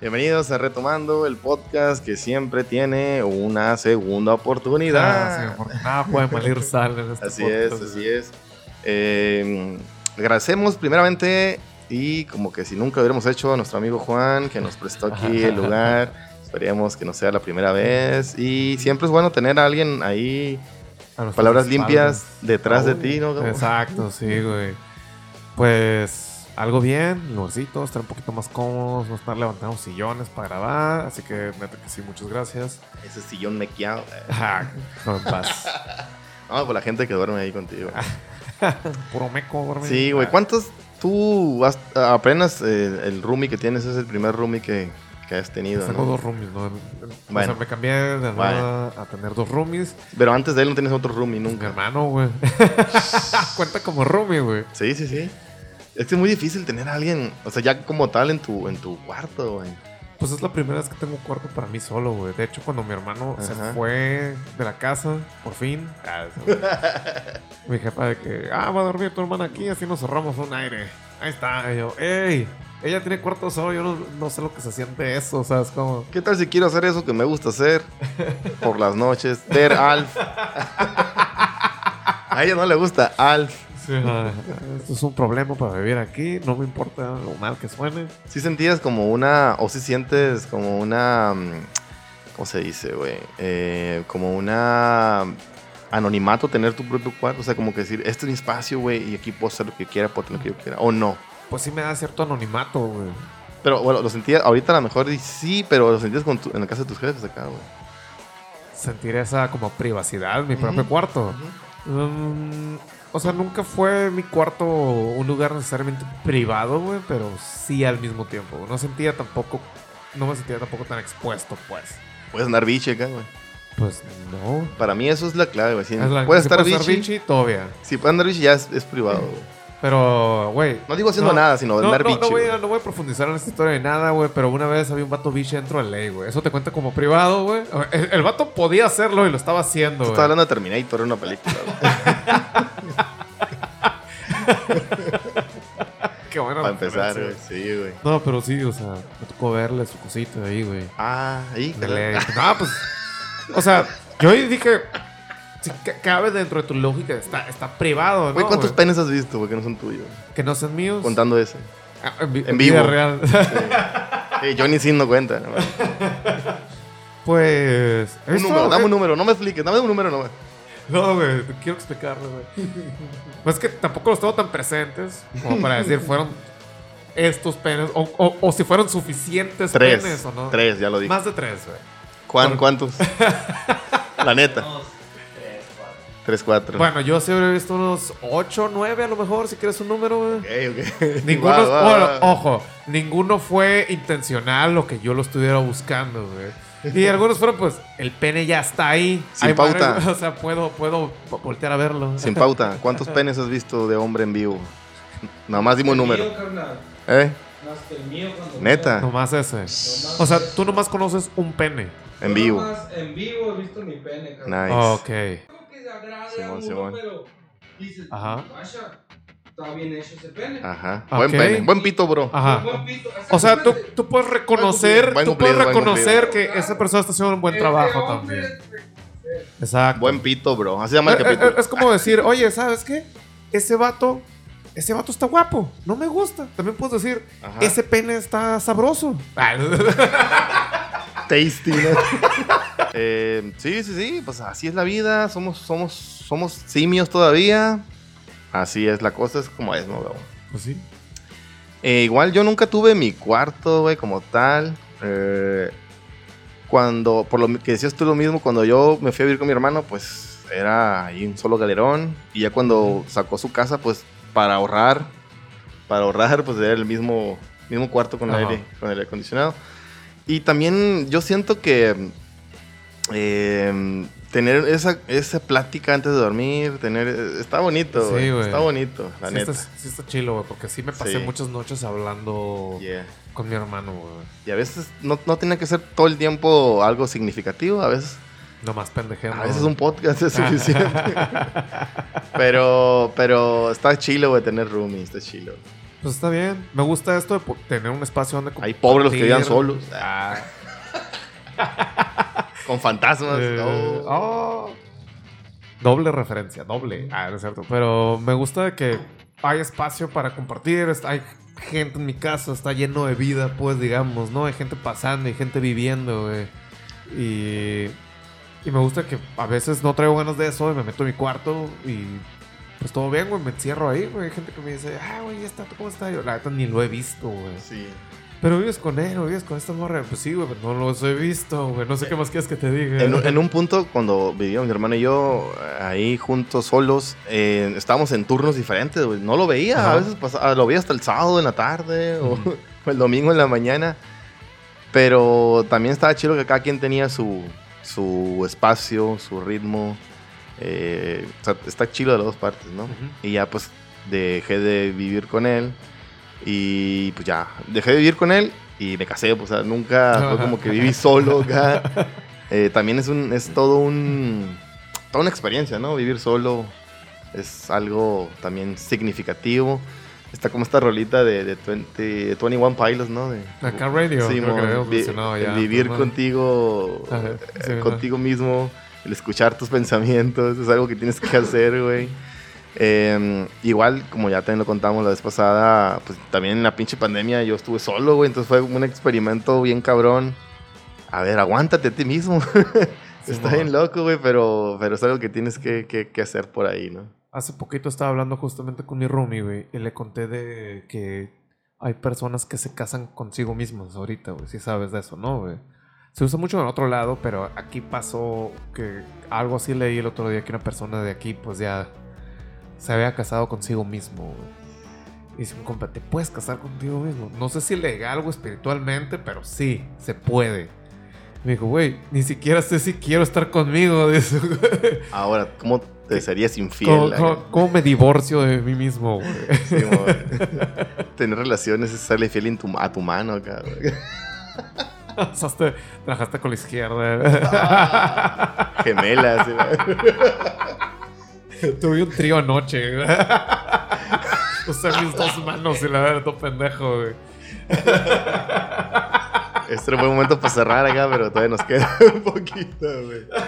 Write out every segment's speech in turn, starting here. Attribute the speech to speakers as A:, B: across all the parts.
A: Bienvenidos a Retomando, el podcast que siempre tiene una segunda oportunidad.
B: Ah, sí, por nada puede malir sal en este
A: así es,
B: podcast.
A: así es. Eh, agradecemos primeramente y como que si nunca hubiéramos hecho a nuestro amigo Juan que nos prestó aquí el lugar. Esperemos que no sea la primera vez. Y siempre es bueno tener a alguien ahí,
B: A nuestras
A: palabras
B: espaldas.
A: limpias, detrás de
B: Oh,
A: ti, ¿no? Gabo?
B: Exacto, sí, güey. Pues algo bien, lugarcito, estar un poquito más cómodos, no estar levantando sillones para grabar. Así que, neta, que sí, muchas gracias.
A: Ese sillón mequeado. Eh,
B: Ja, no, en paz.
A: No, por la gente que duerme ahí contigo.
B: Puro meco, Ah, duerme.
A: Sí, güey. ¿Cuántos tú has- apenas eh, el roomie que tienes es el primer roomie que, que has tenido?
B: pues Tengo
A: ¿no?
B: dos roomies, ¿no? O
A: Bueno.
B: sea, me cambié de nueva a tener dos roomies.
A: Pero antes de él no tienes otro roomie
B: Mi
A: nunca.
B: hermano, güey. Cuenta como roomie, güey.
A: Sí, sí, sí. Es que es muy difícil tener a alguien, o sea, ya como tal en tu, en tu cuarto, güey.
B: Pues es la primera vez que tengo un cuarto para mí solo, güey. De hecho, cuando mi hermano se
A: Ajá.
B: fue de la casa, por fin, ah, sí, güey. mi jefa de que, ah, va a dormir tu hermana aquí, así nos cerramos un aire. Ahí está. Y yo, ey, ella tiene cuarto solo, yo no, no sé lo que se siente eso, ¿sabes? Como,
A: ¿Qué tal si quiero hacer eso que me gusta hacer por las noches? Ver Alf. A ella no le gusta Alf.
B: ah, esto es un problema para vivir aquí, no me importa lo mal que suene.
A: Sí sentías como una, o si sientes como una, mm, ¿cómo se dice, güey? Eh, como una mm, anonimato tener tu propio cuarto, o sea, como que decir, este es mi espacio, güey, y aquí puedo hacer lo que quiera, puedo tener lo que yo quiera, o no.
B: Pues sí me da cierto anonimato, güey.
A: Pero bueno, lo sentías, ahorita a lo mejor y sí, pero lo sentías con tu- en la casa de tus jefes acá, güey.
B: Sentir esa como privacidad en mi
A: Ujú.
B: propio cuarto. Mm, o sea, nunca fue mi cuarto un lugar necesariamente privado, güey, pero sí al mismo tiempo. No sentía tampoco, no me sentía tampoco tan expuesto, pues.
A: Puedes andar biche acá, güey.
B: Pues no.
A: Para mí eso es la clave, güey. Si
B: Es la-
A: puedes
B: si
A: estar
B: puedo
A: biche,
B: estar bichi, todo bien.
A: si puedes andar biche ya es, es privado, güey.
B: Pero, güey.
A: No digo haciendo nada, sino
B: No,
A: andar
B: no,
A: biche.
B: no, voy
A: güey.
B: a, no voy a profundizar en esta historia de nada, güey, pero una vez había un vato biche dentro de ley, güey. Eso te cuenta como privado, güey. El, el vato podía hacerlo y lo estaba haciendo,
A: Tú
B: güey.
A: estás hablando de Terminator, una película, güey.
B: Qué bueno.
A: Para empezar, güey.
B: referencia.
A: Sí, güey.
B: No, pero sí, o sea, me tocó verle su cosita ahí, güey.
A: Ah, ahí,
B: De
A: caray.
B: ley. No, pues. O sea, yo ahí dije. Si ca- cabe dentro de tu lógica, está, está privado, ¿no?
A: Güey, ¿cuántos
B: güey? Pues-
A: penes has visto, güey, que no son tuyos?
B: Que no sean míos.
A: Contando ese.
B: Ah, en, vi-
A: en
B: en vida
A: vivo.
B: real.
A: Sí, Johnny Sin no cuenta. ¿no?
B: pues.
A: Un
B: esto,
A: número,
B: güey.
A: dame un número, no me expliques, dame un número nomás.
B: No, güey, te quiero explicarlo, güey. pues es que tampoco los tengo tan presentes como para decir fueron estos penes o, o- o si fueron suficientes
A: Tres.
B: penes o no.
A: Tres, ya lo dije.
B: Más de tres, güey.
A: ¿Cuán-
B: por-
A: ¿Cuántos? La neta.
C: Dos, tres, cuatro.
A: Tres, cuatro.
B: Bueno, yo sí habría visto unos ocho, nueve a lo mejor, si quieres un número, güey.
A: Ok, ok.
B: Ninguno,
A: Va, va,
B: bueno,
A: va.
B: ojo, ninguno fue intencional o que yo lo estuviera buscando, güey. Y algunos fueron, pues, el pene ya está ahí.
A: Sin
B: Ay, madre,
A: pauta.
B: güey, o sea, puedo, puedo voltear a verlo.
A: Sin pauta, ¿cuántos penes has visto de hombre en vivo? Nada más dime un número.
C: Mío, carnal.
A: ¿Eh?
C: Más que el mío cuando-
A: Neta.
B: Nomás ese. O sea, tú nomás conoces un pene.
A: En
C: Yo
A: vivo.
C: nomás En vivo he visto mi pene, carnal.
A: Nice.
B: Ok.
C: Creo que se agrade a
A: Simón,
C: uno,
A: Simón.
C: pero dices,
B: Ajá.
C: "Guacha, está bien hecho ese pene.
A: Ajá.
B: Ok. Ah.
A: Buen pene, buen pito, bro.
B: Ajá.
C: Buen pito,
B: O sea, tú,
C: exactamente.
B: tú puedes reconocer,
A: Buen
B: tú
A: cumplido,
B: puedes
A: buen
B: reconocer
C: cumplido.
B: que esa persona está haciendo un buen
C: Este
B: trabajo
C: hombre
B: también. Exacto.
A: Buen pito, bro. Así se llama el
B: Eh, eh,
A: capítulo.
B: Es como decir, oye, ¿sabes qué? Ese vato, ese vato está guapo, no me gusta. También puedes decir,
A: Ajá.
B: eh,
A: Ah.
B: ese pene está sabroso.
A: tasty, ¿no? Eh, sí, sí, sí, pues así es la vida, somos, somos, somos simios todavía. Así es, la cosa es como es, ¿no? Gabo?
B: Pues sí.
A: Eh, igual yo nunca tuve mi cuarto, güey, como tal. Eh, cuando, por lo que decías tú lo mismo, cuando yo me fui a vivir con mi hermano, pues era ahí un solo galerón. Y ya cuando sacó su casa, pues para ahorrar, para ahorrar, pues era el mismo, mismo cuarto con, el
B: Ajá.
A: aire, con el aire acondicionado. Y también yo siento que eh, tener esa, esa plática antes de dormir, tener, e, está bonito,
B: Sí,
A: güey,
B: güey.
A: está bonito, la
B: sí,
A: neta.
B: está, sí está chilo, güey, porque sí me pasé
A: Sí.
B: muchas noches hablando
A: Yeah.
B: con mi hermano, güey.
A: Y a veces no, no tiene que ser todo el tiempo algo significativo, a veces,
B: Nomás pendejero.
A: a veces un podcast es suficiente. pero, pero está chilo, güey, tener roomies, está chilo.
B: Pues está bien. Me gusta esto de po- tener un espacio donde
A: Hay pobres los que vivan
B: compartir.
A: solos.
B: Ah,
A: Con fantasmas.
B: eh,
A: no.
B: oh. Doble referencia, doble. Ah, no es cierto. Pero me gusta que hay espacio para compartir. está- Hay gente en mi casa, está lleno de vida, pues, digamos, ¿no? Hay gente pasando, hay gente viviendo, güey. Y, y me gusta que a veces no traigo ganas de eso y me meto en mi cuarto y pues todo bien, güey. Me encierro ahí, güey. Hay gente que me dice, ah, güey, ya está, ¿tú ¿cómo está? Yo la neta ni lo he visto, güey.
A: Sí.
B: Pero vives con él, o vives con esta morra. Pues sí, güey, pero no los he visto, güey. No sé qué más quieres que te diga.
A: Eh, En, un- en un punto, cuando vivíamos mi hermano y yo eh, ahí juntos, solos, eh, estábamos en turnos diferentes, güey. No lo veía,
B: Ajá.
A: a veces pasaba- lo veía hasta el sábado en la tarde o,
B: Ujú.
A: o el domingo en la mañana. Pero también estaba chido que cada quien tenía su, su espacio, su ritmo. eh, o sea, está chido de las dos partes, ¿no?
B: Ujú.
A: Y ya pues dejé de vivir con él. Y pues ya, dejé de vivir con él y me casé. pues, o sea, nunca fue como que viví solo acá. Eh, también es, un, es todo un... Toda una experiencia, ¿no? Vivir solo es algo también significativo. Está como esta rolita de, de, 20 de 21 Pilots, ¿no? De,
B: Acá radio, creo
A: Simón,
B: que lo habíamos
A: vi-
B: mencionado
A: el
B: ya. pues,
A: vivir
B: Ajá.
A: contigo,
B: Ajá,
A: eh,
B: sí, ¿verdad?
A: contigo mismo, el escuchar tus pensamientos, es algo que tienes que hacer, güey. Eh, igual, como ya también lo contamos la vez pasada, pues también en la pinche pandemia yo estuve solo, güey, entonces fue un experimento bien cabrón. A ver, aguántate a ti mismo. Está
B: Simón.
A: bien loco, güey, pero, pero es algo que tienes que, que- que hacer por ahí, ¿no?
B: Hace poquito estaba hablando justamente con mi roomie, güey, y le conté de que hay personas que se casan consigo mismas ahorita, güey, si sabes de eso, ¿no, güey? Se usa mucho en otro lado, pero aquí pasó que algo así leí el otro día que una persona de aquí, pues ya se había casado consigo mismo, güey. Y dice, compa, te puedes casar contigo mismo. No sé si legal o espiritualmente, pero sí, se puede. Me dijo, güey, ni siquiera sé si quiero estar conmigo. Dice, güey.
A: Ahora, ¿cómo te serías infiel?
B: ¿Cómo,
A: acá?
B: cómo- cómo me divorcio de mí mismo, güey?
A: Sí, güey. Tener relaciones es serle fiel en tu- a tu mano, acá, güey.
B: Usaste- trabajaste con la
A: Ah.
B: izquierda.
A: gemelas. ¿sí, güey?
B: Tuve un trío anoche. güey. Usé mis dos manos y la verdad, todo pendejo, güey.
A: este fue un momento para cerrar acá, pero todavía nos queda un poquito, güey.
C: Cabe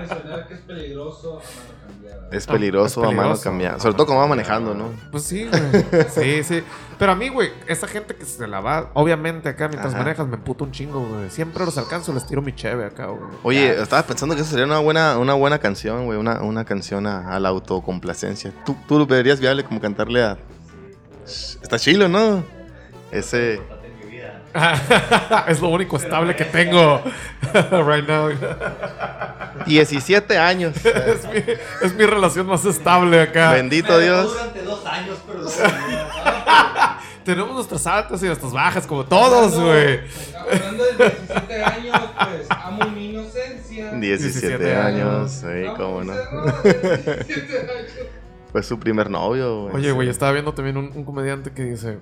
C: mencionar que es peligroso ah, a mano cambiada.
A: Es peligroso, a mano cambiada. Sobre todo cuando va manejando, ¿no?
B: Pues sí, güey. Sí, sí. Pero a mí, güey, esa gente que se la va, obviamente acá mientras
A: Ajá.
B: manejas me emputo un chingo, güey. Siempre los alcanzo, les tiro mi cheve acá, güey.
A: Oye,
B: Ya.
A: estaba pensando que eso sería una buena, una buena canción, güey. Una, una canción a, a la autocomplacencia. ¿Tú, tú lo verías viable como cantarle a. Está chilo, ¿no? Ese.
B: es lo único estable que tengo right now.
A: 17 años.
B: es, mi, es mi relación más estable acá.
A: Bendito Dios.
D: Durante dos años, pero
B: Tenemos nuestras altas y nuestras bajas, como todos, güey.
C: Hablando de 17 años, pues amo mi inocencia.
A: 17
B: 17
A: años,
B: años.
A: sí,
C: Amo
A: cómo
C: mis
A: no.
C: errores de 17 años.
A: Fue su primer novio, güey. Ah,
B: Oye, güey, estaba viendo también un, un comediante que dice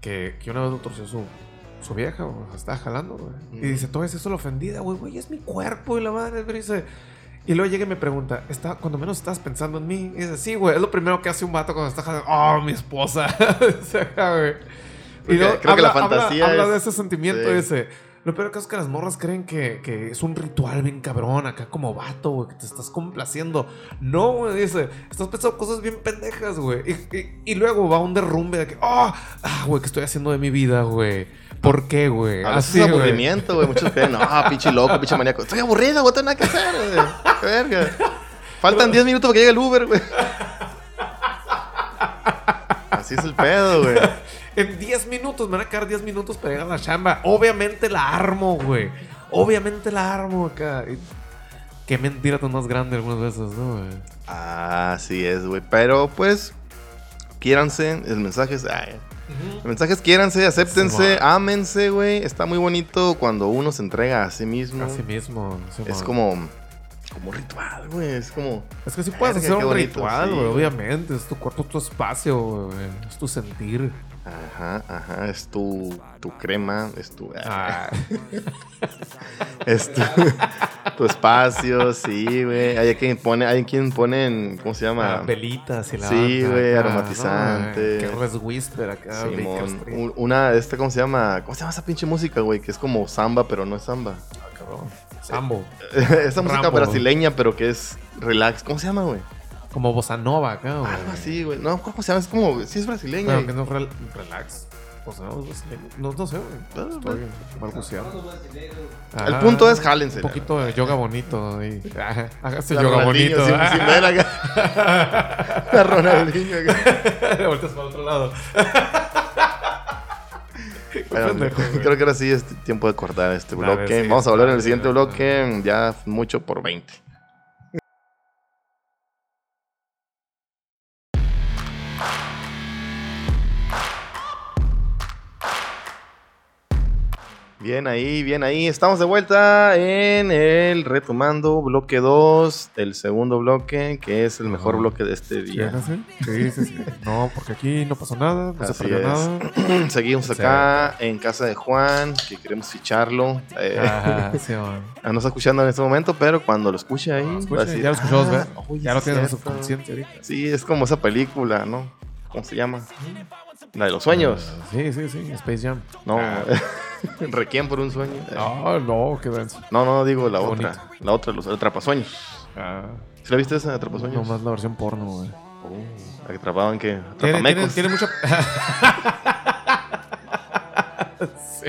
B: que, que una vez lo torció su, su vieja, güey, la estaba jalando, güey. Y
A: Mm.
B: dice, todo eso es la ofendida, güey, güey, es mi cuerpo y la madre, pero dice... Y luego llega y me pregunta, ¿está, cuando menos estás pensando en mí? Y dice, sí, güey, es lo primero que hace un vato cuando está jalando. ¡Oh, mi esposa! Dice acá, güey. Y
A: Creo que-
B: luego
A: creo que la
B: habla- habla-
A: fantasía
B: habla
A: es-
B: de ese sentimiento
A: sí.
B: ese. Lo peor que es que las morras creen que, que es un ritual bien cabrón, acá como vato, güey, que te estás complaciendo. No, güey, dice, estás pensando cosas bien pendejas, güey. Y, y- y luego va un derrumbe de que, oh, ah, güey, ¿qué estoy haciendo de mi vida, güey? ¿Por qué, güey?
A: A veces
B: Así,
A: es
B: güey.
A: aburrimiento, güey. Muchos creen, no, ah, pinche loco, pinche maníaco. Estoy aburrido, güey, no tengo nada que hacer, güey. Qué verga. Faltan 10 minutos para que llegue el Uber, güey. Así es el pedo, güey.
B: En 10 minutos, me van a quedar 10 minutos para llegar a la chamba. Obviamente la armo, güey. Obviamente la armo acá. Y- Qué mentira tan más grande algunas veces, ¿no, güey?
A: Así es, güey. Pero pues, quiéranse. El mensaje es. ay, el mensaje es quiéranse, acéptense,
B: Simón.
A: ámense, güey. Está muy bonito cuando uno se entrega a sí mismo.
B: Así mismo. sí,
A: es
B: man.
A: como. Como un ritual, güey. Es como.
B: Es que sí puedes
A: Verga,
B: hacer
A: qué
B: un
A: bonito,
B: ritual,
A: sí,
B: güey,
A: güey.
B: obviamente. Es tu cuerpo, es tu espacio, güey. Es tu sentir.
A: Ajá, ajá. Es Ah, tu, tu crema. Es tu.
B: Ah,
A: Es tu, tu espacio, sí, güey. Hay quien pone, hay quien pone, en- ¿cómo se llama?
B: Ah, velitas y la
A: Sí,
B: banda
A: güey,
B: acá,
A: aromatizante.
B: ¿no? Que res whisper acá.
A: Ah, Simón.
B: Baker Street.
A: Un- una de esta, ¿cómo se llama? ¿Cómo se llama esa pinche música, güey? Que es como samba, pero no es samba.
B: Ah, cabrón. Sambo.
A: esa música
B: Rambo.
A: brasileña, pero que es relax. ¿Cómo se llama, güey?
B: Como bossa nova acá, Oh, güey.
A: Algo así, güey. No, ¿cómo se llama? Es como, sí es brasileña.
B: Pero que no rel- relax. O sea, no, Pues, no, no sé,
A: Ah,
B: güey. Estoy balbuceando.
A: El
B: Ajá.
A: punto es, jálense.
B: Un poquito de yoga bonito. ahí. Ajá, Hágase
A: La
B: yoga
A: Ronaldinho,
B: bonito.
A: sin-
B: Ah.
A: sin ver acá. La Ronaldinho acá.
B: Ahorita es para otro lado. Qué
A: Bueno,
B: pendejo, güey.
A: creo que ahora sí es tiempo de cortar este
B: Dale,
A: bloque.
B: sí,
A: Vamos a hablar en
B: dale,
A: el siguiente
B: dale.
A: bloque. Ya mucho por 20. Bien ahí, bien ahí. Estamos de vuelta en el retomando bloque 2, el segundo bloque, que es el mejor
B: Ajá.
A: bloque de este
B: ¿Sí,
A: día.
B: así? Sí, sí, sí. No, porque aquí no pasó nada, no se
A: Así
B: perdió
A: es.
B: nada.
A: Seguimos acá en casa de Juan, que queremos ficharlo. Eh,
B: Ajá, sí, man.
A: Ah, No está escuchando en este momento, pero cuando lo escuche ahí.
B: Escuchen,
A: va a decir,
B: Ah, ya lo escuchó dos veces.
A: pues "Ah, oye,
B: Ya lo
A: sí
B: tienes en el
A: es cierto".
B: subconsciente ahorita.
A: Sí, es como esa película, ¿no? ¿Cómo se llama? La de los sueños.
B: Ah, Sí, sí, sí. Space Jam.
A: No.
B: Ah.
A: Requiem por un sueño. Eh,
B: No, no, qué denso.
A: No, no, digo la
B: Qué
A: otra. La otra, los el atrapasueños.
B: Ah,
A: ¿Sí la viste esa de atrapasueños? Oh,
B: nomás la versión porno, güey.
A: La que atrapaban que
B: Tiene, tiene,
A: atrapamecos.
B: tiene mucho. sí.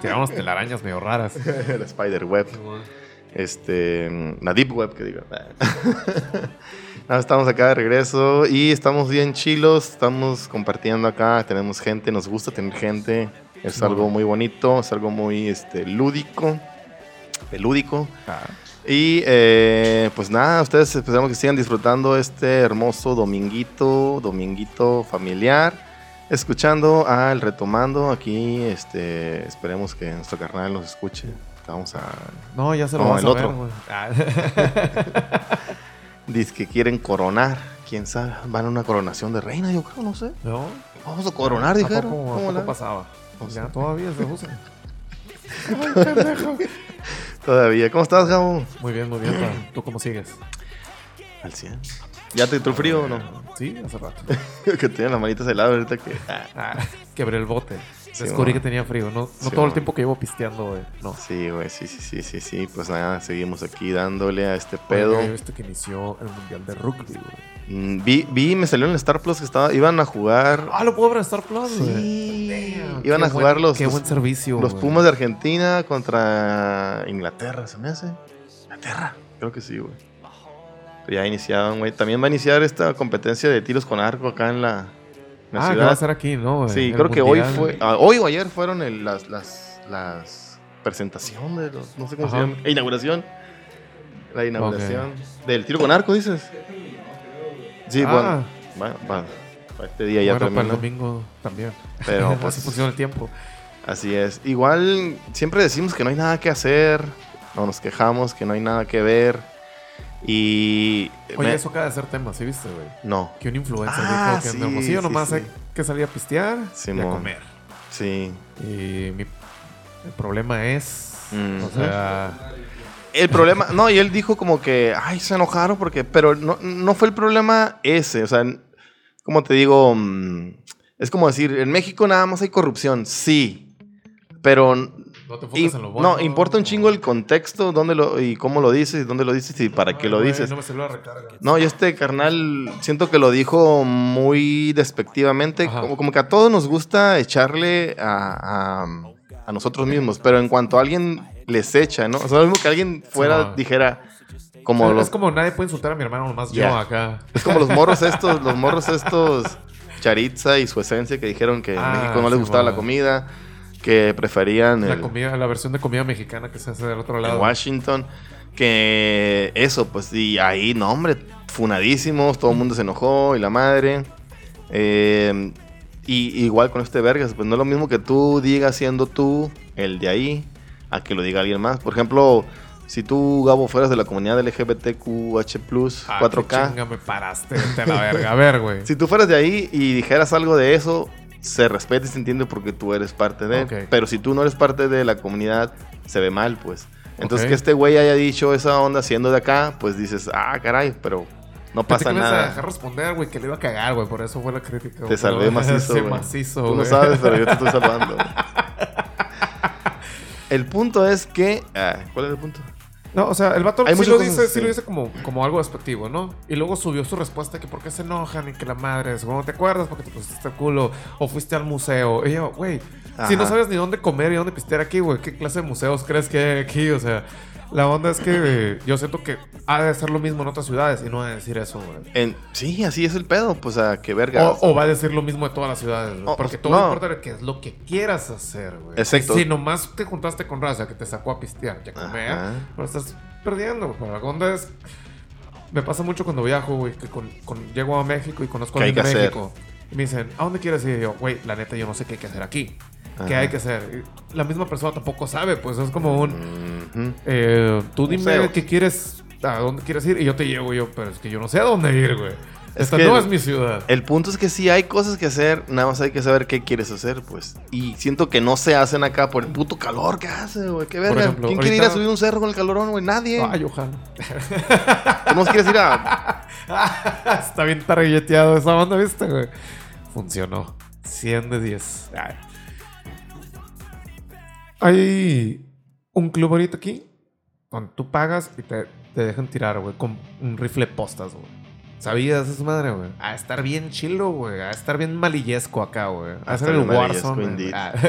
B: Tiraba unas telarañas medio raras.
A: el spider web. Este, mm, la deep web que digo. No, estamos acá de regreso y estamos bien chilos, estamos compartiendo acá, tenemos gente, nos gusta tener gente, es
B: Simón.
A: algo muy bonito, es algo muy este, lúdico, pelúdico.
B: Ah,
A: Y eh, pues nada, ustedes esperamos que sigan disfrutando este hermoso dominguito, dominguito familiar, escuchando al retomando aquí, este, esperemos que nuestro carnal nos escuche. Vamos a
B: no, ya se lo
A: No,
B: vas
A: el
B: a
A: otro.
B: ver, güey. Ah,
A: Dice que quieren coronar. ¿Quién sabe? Van a una coronación de reina, yo creo, no sé.
B: no.
A: Vamos a coronar,
B: ¿A
A: dijeron.
B: poco- a
A: ¿Cómo
B: poco
A: la ven?
B: pasaba?
A: No
B: ya
A: sé.
B: todavía se usa. Ay, pendejo.
A: Todavía. ¿Cómo estás, Gabo?
B: Muy bien, muy bien. pa. ¿Tú cómo sigues?
A: Al 100. ¿Ya te entró frío o no?
B: Sí, hace rato.
A: que tienen las manitas heladas ahorita que... Ah,
B: Ah, quebré el bote.
A: Sí,
B: Descubrí
A: ma.
B: que tenía frío. No, no
A: Sí,
B: todo
A: ma.
B: el tiempo que llevo pisteando, güey. No.
A: Sí, güey, sí, sí, sí, sí, sí. Pues nada, seguimos aquí dándole a este pedo.
B: Oye, ¿Viste que inició el mundial de rugby, güey?
A: Mm, Vi, vi, me salió en el Star Plus que estaba, iban a jugar
B: Ah, lo puedo ver en Star Plus,
A: Sí.
B: güey. Damn,
A: Iban
B: qué
A: a jugar los-
B: Qué
A: los-
B: buen servicio.
A: los
B: güey.
A: Pumas de Argentina contra Inglaterra, ¿se me hace? Inglaterra, creo que sí, güey. Ya iniciaban, güey. También va a iniciar esta competencia de tiros con arco acá en la, en la
B: Ah, que
A: ciudad.
B: va a ser aquí, ¿no? güey?
A: Sí,
B: El
A: creo que hoy
B: mundial.
A: fue, ah, hoy o ayer fueron el- las, las, las presentaciones, los- no sé cómo se
B: Ajá.
A: llama, la inauguración. La inauguración del tiro con arco, dices. Sí,
B: Ah.
A: bueno, va- va- va este día ya
B: bueno, para el
A: terminó.
B: domingo también.
A: Pero
B: Así
A: pues
B: funciona el tiempo.
A: así es. Igual siempre decimos que no hay nada que hacer, no nos quejamos que no hay nada que ver y
B: Oye,
A: eh, me-
B: eso acaba de ser tema, ¿sí viste, güey?
A: no,
B: Que un influencer
A: Ah,
B: dijo que en
A: sí,
B: Hermosillo
A: sí,
B: nomás
A: sí.
B: hay que salir a pistear y a
A: Simón.
B: comer.
A: sí.
B: Y mi el problema es.
A: Mm.
B: O sea.
A: El problema, no, y él dijo como que, ay, se enojaron porque, pero no, no fue el problema ese, o sea, n- como te digo, mm, es como decir, en México nada más hay corrupción, sí, pero n-
B: No te
A: im-
B: enfocas en lo bueno.
A: no, importa un chingo el contexto, dónde lo, y cómo lo dices, y dónde lo dices, y para qué
B: Ay,
A: lo
B: güey,
A: dices.
B: No me celular recarga.
A: No, y este carnal siento que lo dijo muy despectivamente.
B: Ajá.
A: Como, como que a todos nos gusta echarle a, a- a nosotros mismos, pero en cuanto a alguien les echa, ¿no? O sea, lo mismo que alguien fuera
B: Simón.
A: dijera, como
B: Como
A: los,
B: Es como nadie puede insultar a mi hermano nomás yo
A: Ya.
B: acá.
A: es como los morros estos, los morros estos, Charitza y su esencia, que dijeron que en
B: Ah,
A: México no les gustaba la
B: Simón.
A: comida, que preferían
B: La
A: el-
B: comida, la versión de comida mexicana que se hace del otro
A: en
B: lado.
A: Washington, que eso, pues, y ahí, no, hombre, funadísimos, todo el mundo se enojó y la madre. Eh, y igual con este Vergas, pues no es lo mismo que tú digas siendo tú el de ahí, a que lo diga alguien más. Por ejemplo, si tú, Gabo, fueras de la comunidad LGBTQH,
B: Ah,
A: 4K,
B: qué Chinga, me paraste. Vete a la verga. A ver, güey.
A: si tú fueras de ahí y dijeras algo de eso, se respeta y se entiende porque tú eres parte de.
B: Ok.
A: Pero si tú no eres parte de la comunidad, se ve mal, pues. Entonces
B: Ok.
A: que este güey haya dicho esa onda siendo de acá, pues dices, ah, caray, pero no
B: Pensé
A: pasa
B: que me ibas a
A: nada.
B: dejar responder, güey, que le iba a cagar, güey. Por eso fue la crítica.
A: Te
B: güey.
A: salvé macizo,
B: Sí,
A: güey.
B: macizo,
A: Tú no
B: güey.
A: sabes, pero yo te estoy salvando. güey. El punto es que... ah, ¿Cuál era el punto?
B: No, o sea, el vato
A: Hay
B: sí
A: muchas
B: lo,
A: cosas,
B: dice, sí
A: sí.
B: lo dice como, como algo despectivo, ¿no? Y luego subió su respuesta que por qué se enojan y que la madre es, no te acuerdas porque te pusiste el culo o fuiste al museo. Y yo, güey, si
A: Ajá.
B: no sabes ni dónde comer y dónde pistear aquí, güey, ¿qué clase de museos crees que hay aquí? O sea, la onda es que eh, yo siento que ha de ser lo mismo en otras ciudades y no va a decir eso, güey.
A: En- sí, así es el pedo, pues a que verga.
B: O, o va a decir lo mismo de todas las ciudades, güey.
A: O-
B: porque
A: o-
B: todo
A: no.
B: importa que es lo que quieras hacer, güey.
A: Exacto.
B: Si nomás te juntaste con raza que te sacó a pistear y a comer,
A: Ajá.
B: pero estás perdiendo, güey. La onda es. Me pasa mucho cuando viajo, güey, que con, con- llego a México y conozco a
A: ¿Qué hay
B: alguien de
A: que hacer?
B: México. Y me dicen, ¿a dónde quieres ir? Y yo, güey, la neta, yo no sé qué hay que hacer aquí. ¿Qué
A: Ajá.
B: hay que hacer? Y la misma persona tampoco sabe, pues es como un.
A: Ujú.
B: Eh, tú dime
A: Museos.
B: qué quieres, a dónde quieres ir y yo te llevo yo, pero es que yo no sé a dónde ir, güey.
A: Es
B: Esta
A: que-
B: no es mi ciudad.
A: El punto es que sí hay cosas que hacer, nada más hay que saber qué quieres hacer, pues. Y siento que no se hacen acá por el puto calor que hace, güey. Qué verga.
B: ejemplo,
A: ¿Quién quiere ir a
B: ahorita-
A: subir un cerro con el calorón, güey? Nadie.
B: Ay, ojalá.
A: Tú no quieres ir a.
B: Está bien tarjeteado esa banda, ¿viste, güey? Funcionó. 100 de 10. Ay. Hay un club ahorita aquí donde tú pagas y te, te dejan tirar, güey, con un rifle postas, güey. ¿Sabías esa madre, güey? A estar bien chilo, güey. A estar bien malillesco acá, güey. A
A: A
B: hacer
A: estar
B: el
A: bien malillesco,
B: Warzone. güey.
A: indeed.
B: Ah.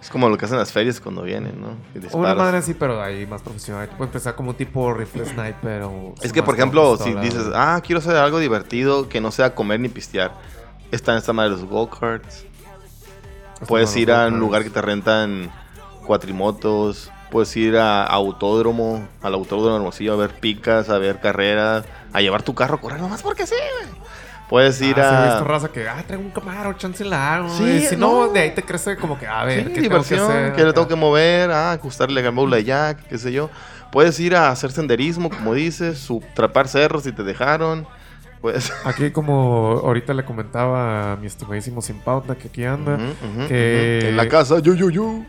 A: Es como lo que hacen las ferias cuando vienen, ¿no? Y
B: Una
A: disparas.
B: madre así, pero ahí más profesional. Puede empezar como un tipo rifle sniper o...
A: Es que, por
B: más con
A: ejemplo, si
B: pistola,
A: dices,
B: güey.
A: ah, quiero hacer algo divertido que no sea comer ni pistear, están esta madre de los go-karts.
B: Hasta
A: Puedes
B: para
A: ir
B: Pues los
A: a un
B: locales.
A: lugar que te rentan cuatrimotos. Puedes ir a autódromo, al autódromo de Hermosillo a ver picas, a ver carreras, a llevar tu carro a correr, nomás porque sí, güey. Puedes ir
B: Ah, sí, he
A: a.
B: visto raza que, ah, traigo un camaro, chance la armo.
A: Sí,
B: y si no,
A: no.
B: de ahí te crece como que, a ver,
A: Sí,
B: ¿qué
A: diversión,
B: tengo que
A: que,
B: hacer?
A: le tengo que mover, ah, ajustarle la bola de Jack, qué sé yo. Puedes ir a hacer senderismo, como dices, subtrapar cerros si te dejaron. Pues.
B: Aquí, como ahorita le comentaba a mi estimadísimo Sin Pauta que aquí anda,
A: Ujú, ujú,
B: que-
A: ujú. En la casa, yo, yo, yo.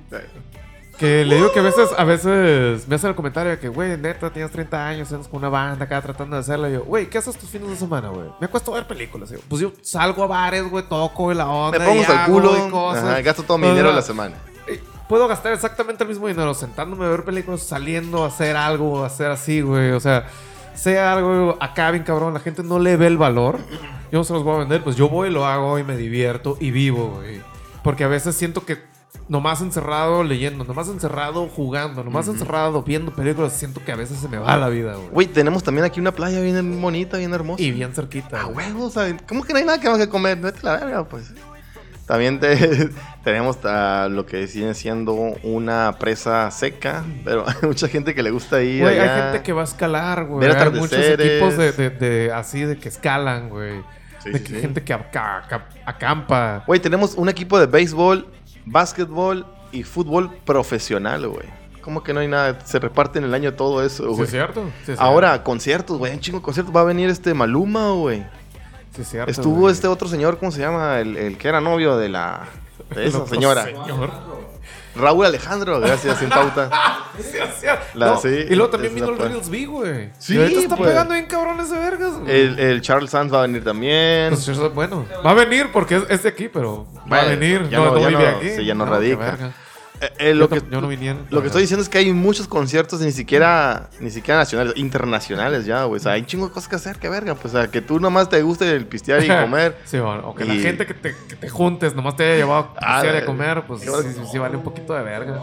B: que le digo que a veces, a veces me hacen el comentario de que, güey, neta, tienes 30 años, andas con una banda acá tratando de hacerla. Y yo, güey, ¿qué haces tus fines de semana, güey? Me acuesto a ver películas. Y yo, pues yo salgo a bares, güey, toco y la onda.
A: Me pongo
B: y
A: hasta el
B: hago
A: culo.
B: y cosas.
A: Ajá, gasto todo mi dinero de la semana.
B: Eh, Puedo gastar exactamente el mismo dinero sentándome a ver películas, saliendo a hacer algo, a hacer así, güey. O sea, sea algo acá bien cabrón, la gente no le ve el valor. Yo no se los voy a vender, pues yo voy, lo hago y me divierto y vivo, güey. Porque a veces siento que nomás encerrado leyendo, nomás encerrado jugando, nomás encerrado viendo películas, siento que a veces se me va la vida, güey.
A: Güey, tenemos también aquí una playa bien bonita, bien hermosa.
B: Y bien cerquita.
A: A
B: güey.
A: huevo, o sea, ¿cómo que no hay nada que más que comer? Vete a la verga, pues. También te- tenemos ah, lo que siguen siendo una presa seca, pero hay mucha gente que le gusta ir
B: Güey, hay
A: allá.
B: gente que va a escalar, güey.
A: Ver
B: Hay muchos
A: atardeceres.
B: equipos de, de- de- así de que escalan, güey.
A: Sí,
B: de
A: sí,
B: que
A: sí.
B: gente que aca- aca- acampa.
A: Güey, tenemos un equipo de béisbol, básquetbol y fútbol profesional, güey. ¿Cómo que no hay nada? Se reparten el año todo eso,
B: Sí,
A: güey.
B: es cierto. Sí, es
A: Ahora, conciertos, güey, un chingo de conciertos. Va a venir este Maluma, güey.
B: cierto. Sí, es cierto,
A: Estuvo
B: güey.
A: este otro señor, ¿cómo se llama? El, el que era novio de la... De
B: El
A: esa
B: otro
A: señora.
B: señor.
A: Raúl Alejandro, gracias, sin pauta.
B: Sí, es cierto.
A: La-
B: No,
A: sí,
B: y luego también
A: es
B: vino
A: la
B: el
A: par-
B: Reels B, güey.
A: Sí,
B: Y ahorita está
A: pues.
B: pegando bien cabrones de vergas, güey.
A: El, el Charles Sanz va a venir también.
B: Pues eso es bueno. Va a venir porque es, es de aquí, pero va a
A: Bueno,
B: venir.
A: ya
B: no,
A: no-
B: no
A: ya
B: vive
A: no-
B: aquí.
A: sí, ya no
B: qué
A: radica.
B: verga.
A: Eh, eh,
B: Yo
A: lo que,
B: tam- yo no viniera.
A: lo que estoy diciendo es que hay muchos conciertos ni siquiera, ni siquiera nacionales, internacionales ya, güey. O sea, hay un chingo de cosas que hacer, que verga. Pues, o sea, que tú nomás te guste el pistear y comer.
B: Sí, bueno, o que la
A: Y-
B: gente que te, que te juntes nomás te haya llevado a
A: Ah,
B: pasear y a
A: eh,
B: comer, pues sí,
A: yo creo que-
B: sí- sí vale un poquito de verga.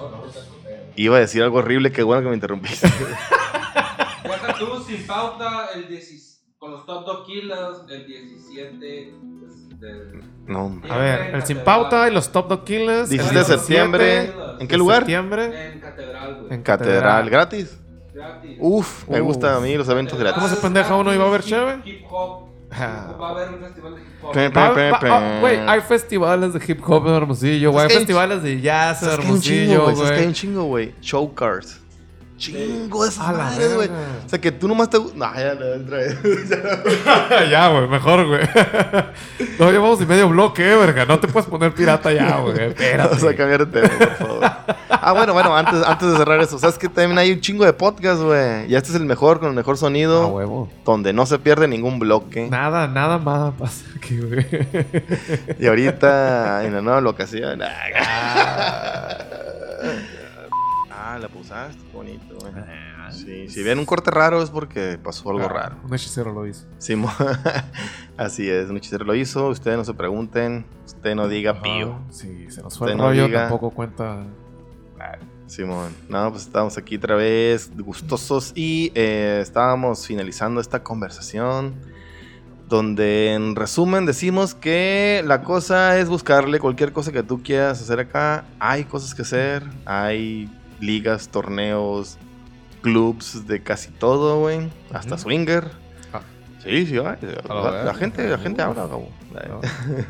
A: Iba a decir algo horrible, qué bueno que me interrumpiste.
C: Deja tú sin pauta el 10 con los top 2 killers el 17 pues, de
A: No, hombre.
B: A ver, el Sin Pauta y los Top Dog Killers. el
A: 17 de
B: 17
A: septiembre. ¿En qué
B: de
A: lugar?
B: septiembre,
C: en catedral, güey.
B: en
A: Catedral,
B: Catedral.
A: gratis.
C: Gratis.
A: Uf, me
B: Uh.
A: gustan a mí los eventos
C: Catedral
A: gratis.
B: ¿Cómo se pendeja uno y va a ver
C: gratis,
B: cheve?
C: Hip hop.
B: Ah.
C: Va a haber un festival de hip hop.
A: Pe-
B: Va-
A: pe-
B: va-
A: pe-
B: ah, Güey, hay festivales de hip hop en Hermosillo, güey.
A: Es
B: Hay
A: que hay-
B: festivales de jazz en
A: Es que hay un chingo,
B: Hermosillo,
A: güey. Es que hay
B: güey.
A: un chingo, güey. Showcards. chingo de esas
B: A la
A: madres, güey.
B: verga.
A: O sea, que tú nomás te. No, ya le otra vez.
B: ya, güey, mejor, güey. no llevamos y medio bloque, eh, verga. No te puedes poner pirata ya, güey. Espérate.
A: Vamos a cambiar de tema, por favor. Ah, bueno, bueno, antes, antes de cerrar eso, sabes que también hay un chingo de podcast, güey. Y este es el mejor, con el mejor
B: Ah,
A: sonido,
B: huevo.
A: donde no se pierde ningún bloque.
B: Nada, nada más pasa aquí, güey.
A: Y ahorita, en la nueva locación. Ah, ah, la pusaste, bonito, güey. Sí, si ven un corte raro es porque pasó algo
B: Ah,
A: raro.
B: Un hechicero lo hizo.
A: Simón. Así es, un hechicero lo hizo. Ustedes no se pregunten. Usted no diga
B: Ajá.
A: pío.
B: Sí, se nos fue el
A: Usted no
B: rollo,
A: diga.
B: tampoco cuenta.
A: Simón. No, pues estamos aquí otra vez gustosos y eh, estábamos finalizando esta conversación. Donde en resumen decimos que la cosa es buscarle cualquier cosa que tú quieras hacer acá. Hay cosas que hacer. Hay ligas, torneos, clubs de casi todo, güey. Hasta
B: Ujú.
A: swinger.
B: Ah.
A: Sí, sí, hay.
B: A
A: La,
B: la
A: la
B: verga.
A: gente, la gente
B: Uf.
A: habla, cabo. La-
B: ¿no?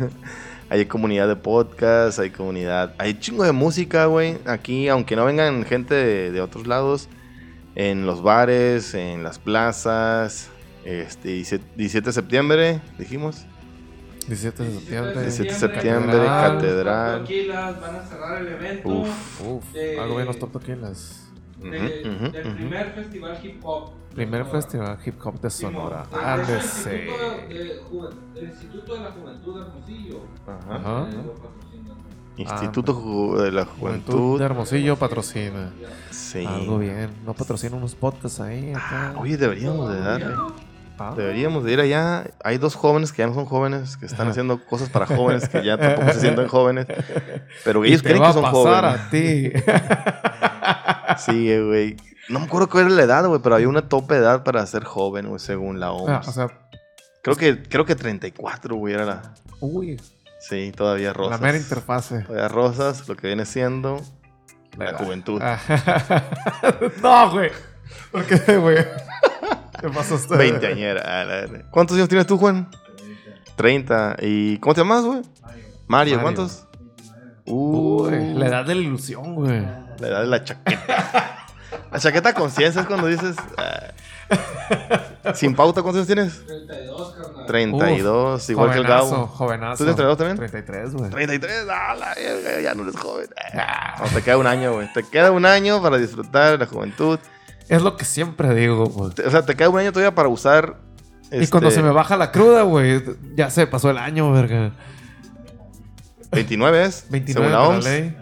A: hay comunidad de podcast, hay comunidad, hay chingo de música, güey. Aquí, aunque no vengan gente de, de otros lados, en los bares, en las plazas, este 17 de septiembre, dijimos.
B: 17 de
A: 17
B: septiembre.
A: de
C: 17
A: septiembre,
B: Catedral.
A: Catedral.
C: Tranquilas, van a cerrar el evento.
A: Uf.
B: Uf,
C: Eh,
B: algo bien nos top aquí en las.
A: Ujú,
C: de-
A: ujú,
C: del
A: ujú.
C: primer festival hip hop.
B: Primer
C: Sonora.
B: festival hip hop de
C: Simón.
B: Sonora.
C: De
B: Ah, de
C: hecho, el Instituto
B: ser.
C: de Ju- El Instituto de la Juventud de Hermosillo.
A: Ajá.
B: Ajá. Ah,
C: eh, lo patrocina.
A: Instituto Ju- de la
B: Juventud
A: Juventud.
B: de Hermosillo patrocina.
C: Ya.
A: Sí. Ah,
B: Algo bien. No patrocina unos podcasts ahí. Acá.
A: Oye, deberíamos de darle.
B: Ah.
A: Deberíamos de ir allá. Hay dos jóvenes que ya no son jóvenes, que están
B: Ajá.
A: haciendo cosas para jóvenes, que ya tampoco se sienten jóvenes. Pero ellos
B: te
A: creen
B: va
A: que son
B: a pasar
A: jóvenes.
B: a ti.
A: Sí, eh, güey. No me acuerdo cuál era la edad, güey, pero había una tope de edad para ser joven, güey, según la OMS.
B: Ah, o sea,
A: creo, que, creo que 34, güey, era la.
B: uy,
A: Sí, todavía
B: la
A: rosas.
B: mera interfase.
A: Todavía rosas, lo que viene siendo la,
B: edad.
A: juventud.
B: Ah. no, güey. ¿Por qué, güey? ¿Qué pasó usted?
A: Veinteañera. a la verga. ¿Cuántos años tienes tú, Juan? 30. ¿Y cómo te llamas, güey? Mario.
B: Mario.
A: ¿cuántos?
B: Uy,
A: Uy,
B: la edad de la ilusión, güey.
A: La edad de la chaqueta. La chaqueta conciencia es cuando dices. ah. Sin pauta, ¿cuántos años tienes?
C: 32, carnal.
A: 32, igual que el
B: Jovenazo,
A: Gabo.
B: Jovenazo.
A: ¿Tú tienes 32 también?
B: 33, güey.
A: 33, ah, la verga, ya no eres joven. No, te queda un año, güey. Te queda un año para disfrutar la juventud.
B: Es lo que siempre digo, güey.
A: Te- O sea, te queda un año todavía para usar.
B: Y
A: Este,
B: cuando se me baja la cruda, güey, ya se pasó el año, verga.
A: 29 es.
B: 29
A: según la
B: de la
A: OMS.
B: ley.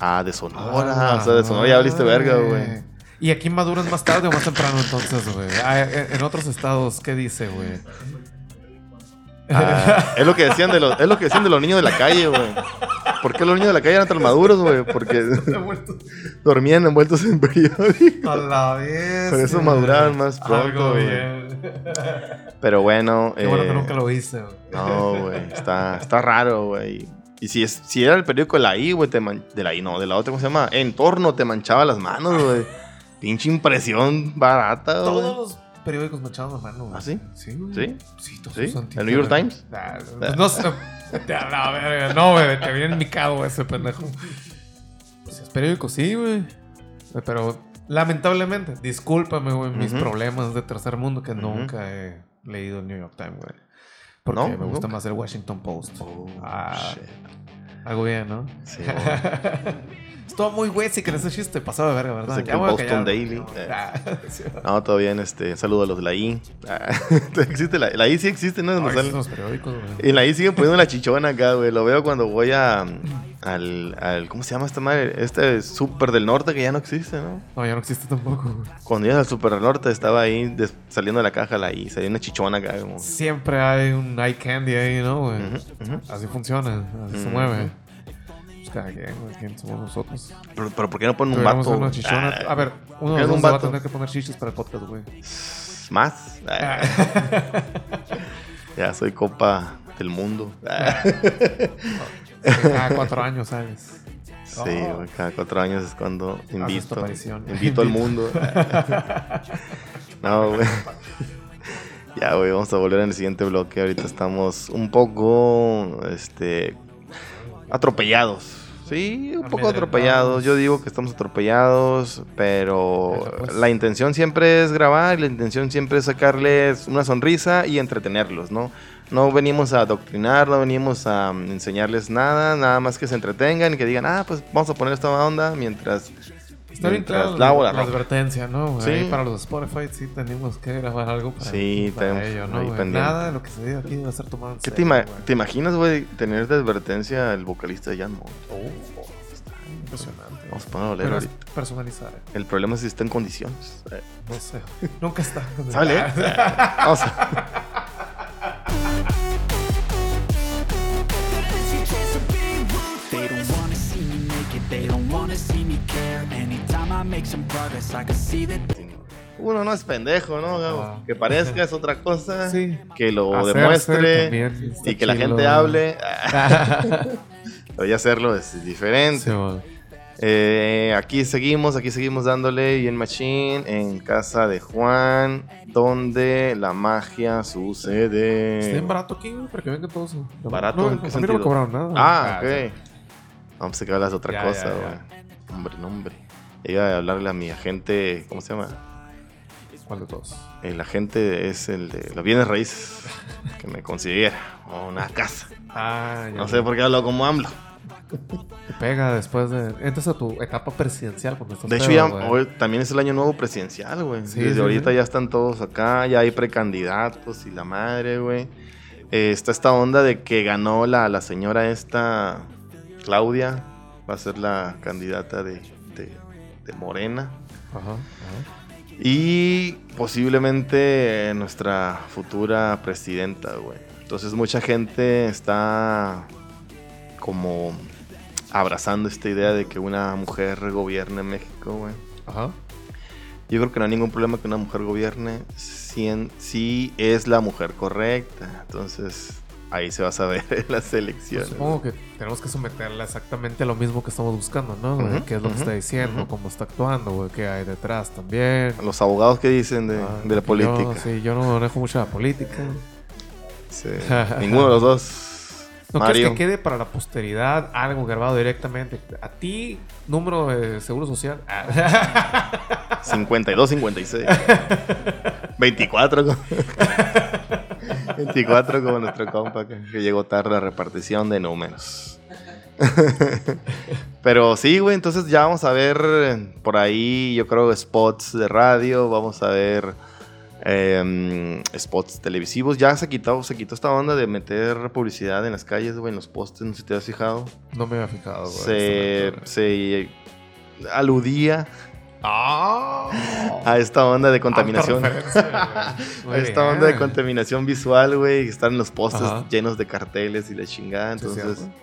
A: Ah, de Sonora. o sea, de Sonora ya
B: Ah,
A: habliste verga, güey.
B: ¿Y aquí en Maduro es más tarde o más temprano entonces, güey? Ah, eh, En otros estados, ¿qué dice, güey?
A: Ah, es, lo que decían de los, es lo que decían de los niños de la calle, güey. ¿Por qué los niños de la calle eran tan maduros, güey? Porque dormían envueltos en periódico.
B: A la vez.
A: Por eso maduraban más pronto,
B: Algo
A: güey.
B: bien.
A: Pero bueno.
B: Qué bueno
A: eh,
B: que nunca lo hice, güey.
A: No, güey. Está, está raro, güey. Y si, es, si era el periódico de la I, güey, te man- de la I, no, de la otra, ¿cómo se llama? Entorno, te manchaba las manos, güey. Pinche impresión barata,
B: Todos
A: güey.
B: los periódicos me echaban la mano, güey.
A: ¿Ah, sí?
B: Sí, güey.
A: ¿Sí?
B: Sí, todos
A: ¿Sí?
B: sus antiguos,
A: ¿El New York
B: güey.
A: Times?
B: Nah, pues no sé. A la verga. No, güey, te viene mi cago ese pendejo. Pues es periódico, sí, güey. Eh, Pero lamentablemente, discúlpame, güey, mis
A: Ujú.
B: problemas de tercer mundo que
A: Ujú.
B: nunca he leído el New York Times, güey. Porque
A: No,
B: me
A: nunca.
B: gusta más el Washington Post.
A: Oh,
B: Ah.
A: shit.
B: Algo bien, ¿no?
A: Sí, güey.
B: Estuvo muy güey si crees ese chiste. Pasado de verga, ¿verdad?
A: Pensé que
B: Ya voy a
A: Boston
B: callar.
A: Daily.
B: Ah, sí.
A: No, todo bien, este, un saludo a los de la I. Ah, existe la, la I sí existe, ¿no? Nos
B: Ay,
A: salen-
B: esos son los periódicos, güey.
A: En la I siguen poniendo la chichona acá, güey. Lo veo cuando voy a. Al, al- ¿Cómo se llama esta madre? Este super del norte que ya no existe, ¿no?
B: No, ya no existe tampoco, güey.
A: Cuando ibas al super del norte estaba ahí des- saliendo de la caja la I. Salía una chichona acá, como.
B: Siempre hay un eye candy ahí, ¿no, güey?
A: Ujú, ujú.
B: Así funciona, así se
A: Ujú.
B: mueve. Pues cada quien, güey, ¿quién somos nosotros?
A: Pero, pero ¿por qué no ponen un
B: Tuviéramos
A: vato?
B: una
A: güey?
B: chichona.
A: Ah,
B: A ver, uno de
A: ¿quieres
B: los
A: un
B: dos se va a
A: vato?
B: tener que poner chichis para el podcast, güey.
A: ¿Más? Ah, ya soy copa del mundo. Ah,
B: Cada cuatro años, ¿sabes?
A: sí, güey, cada cuatro años es cuando
B: tu
A: invito.
B: aparición.
A: Invito al mundo. No, güey. Ya, güey, vamos a volver en el siguiente bloque. Ahorita estamos un poco, este, atropellados. Sí, un
B: Amedratados.
A: poco atropellados. Yo digo que estamos atropellados, pero
B: Pero, pues.
A: la intención siempre es grabar, la intención siempre es sacarles una sonrisa y entretenerlos, ¿no? No venimos a adoctrinar, no venimos a mm, enseñarles nada, nada más que se entretengan y que digan, ah, pues vamos a poner esta onda mientras.
B: Está bien
A: mientras
B: claro
A: lavo la
B: la,
A: ropa.
B: advertencia, ¿no?
A: Sí.
B: Sí. para los Spotify sí tenemos que grabar algo para,
A: Sí,
B: para
A: tenemos
B: ello,
A: ahí
B: ¿no? güey?
A: pendiente.
B: Nada de lo que se diga aquí va a ser tomado en
A: ¿Qué
B: serio,
A: te, ima-
B: güey.
A: te imaginas, güey, tener de advertencia el vocalista de Jan Mount?
B: Oh, está impresionante.
A: Vamos a ponerlo a leer
B: Pero es
A: ahorita.
B: personalizar, ¿eh?
A: El problema es si está en condiciones. Eh,
B: no sé. Nunca está.
A: ¿Sale? Vamos a-
D: They don't wanna see me naked, they don't wanna see me care. Anytime I make some progress, I can see that.
A: Uno no es pendejo, ¿no? Gabo?
B: Ah.
A: Que parezca es otra cosa.
B: Sí.
A: Que lo
B: Hacerse
A: demuestre.
B: también está
A: Y que la
B: chilo.
A: gente hable. Pero ya hacerlo es
B: Sí,
A: diferente.
B: güey.
A: Eh, aquí seguimos, aquí seguimos dándole bien machine en casa de Juan, donde la magia sucede.
B: Está bien barato aquí, güey, para que venga todo eso.
A: ¿Barato?
B: No,
A: ¿En
B: a
A: qué
B: mí no
A: sentido?
B: me cobraron nada.
A: Ah,
B: o sea,
A: ok. Vamos a que hablas de otra
B: Ya,
A: cosa,
B: ya,
A: güey. Hombre, no, hombre. Iba a hablarle a mi agente, ¿cómo se llama?
B: ¿Cuál de todos?
A: El agente es el de los bienes raíces. Que me consiguiera una casa.
B: Ah, ya.
A: No sé por qué hablo como AMLO.
B: Te pega después de. Entras a tu etapa presidencial. Cuando estás
A: De hecho,
B: pedo,
A: ya
B: güey.
A: hoy también es el año nuevo presidencial, güey.
B: Sí,
A: Desde
B: sí,
A: ahorita
B: sí.
A: ya están todos acá, ya hay precandidatos y la madre, güey. Eh, está esta onda de que ganó la, la señora esta, Claudia, va a ser la candidata de, de- de Morena.
B: Ajá, ajá.
A: Y posiblemente eh, nuestra futura presidenta, güey. Entonces mucha gente está como abrazando esta idea de que una mujer gobierne México, güey.
B: Ajá.
A: Yo creo que no hay ningún problema que una mujer gobierne si, en- si es la mujer correcta. Entonces ahí se va a saber en las
B: Pues
A: elecciones.
B: supongo que tenemos que someterla exactamente a lo mismo que estamos buscando, ¿no? güey?
A: Ujú,
B: ¿Qué es lo que
A: ujú,
B: está diciendo?
A: ujú.
B: ¿Cómo está actuando? güey? ¿Qué hay detrás también?
A: Los abogados que dicen de,
B: Ah,
A: de la
B: yo-
A: política.
B: sí, yo no manejo mucho la política.
A: Sí. Ninguno de los dos.
B: ¿No crees
A: Mario.
B: que quede para la posteridad algo grabado directamente? A ti, número de seguro social. Ah.
A: 52, 56. 24. como- 24 como nuestro compa que, que llegó tarde a la repartición de números. Pero sí, güey, entonces ya vamos a ver eh, por ahí, yo creo, spots de radio, vamos a ver eh, spots televisivos. Ya se quitó, se quitó esta onda de meter publicidad en las calles, güey, en los postes, no sé si te has fijado.
B: no me había fijado, Oh, güey.
A: Se,
B: Excelente,
A: se
B: güey.
A: aludía
B: ¡Ah!
A: a esta onda de contaminación.
B: Alta referencia, güey. Muy
A: Ahí está
B: bien.
A: onda de contaminación visual, güey. que Están en los postes
B: Ajá.
A: llenos de carteles y la chingada.
B: Sí,
A: Entonces.
B: cierto.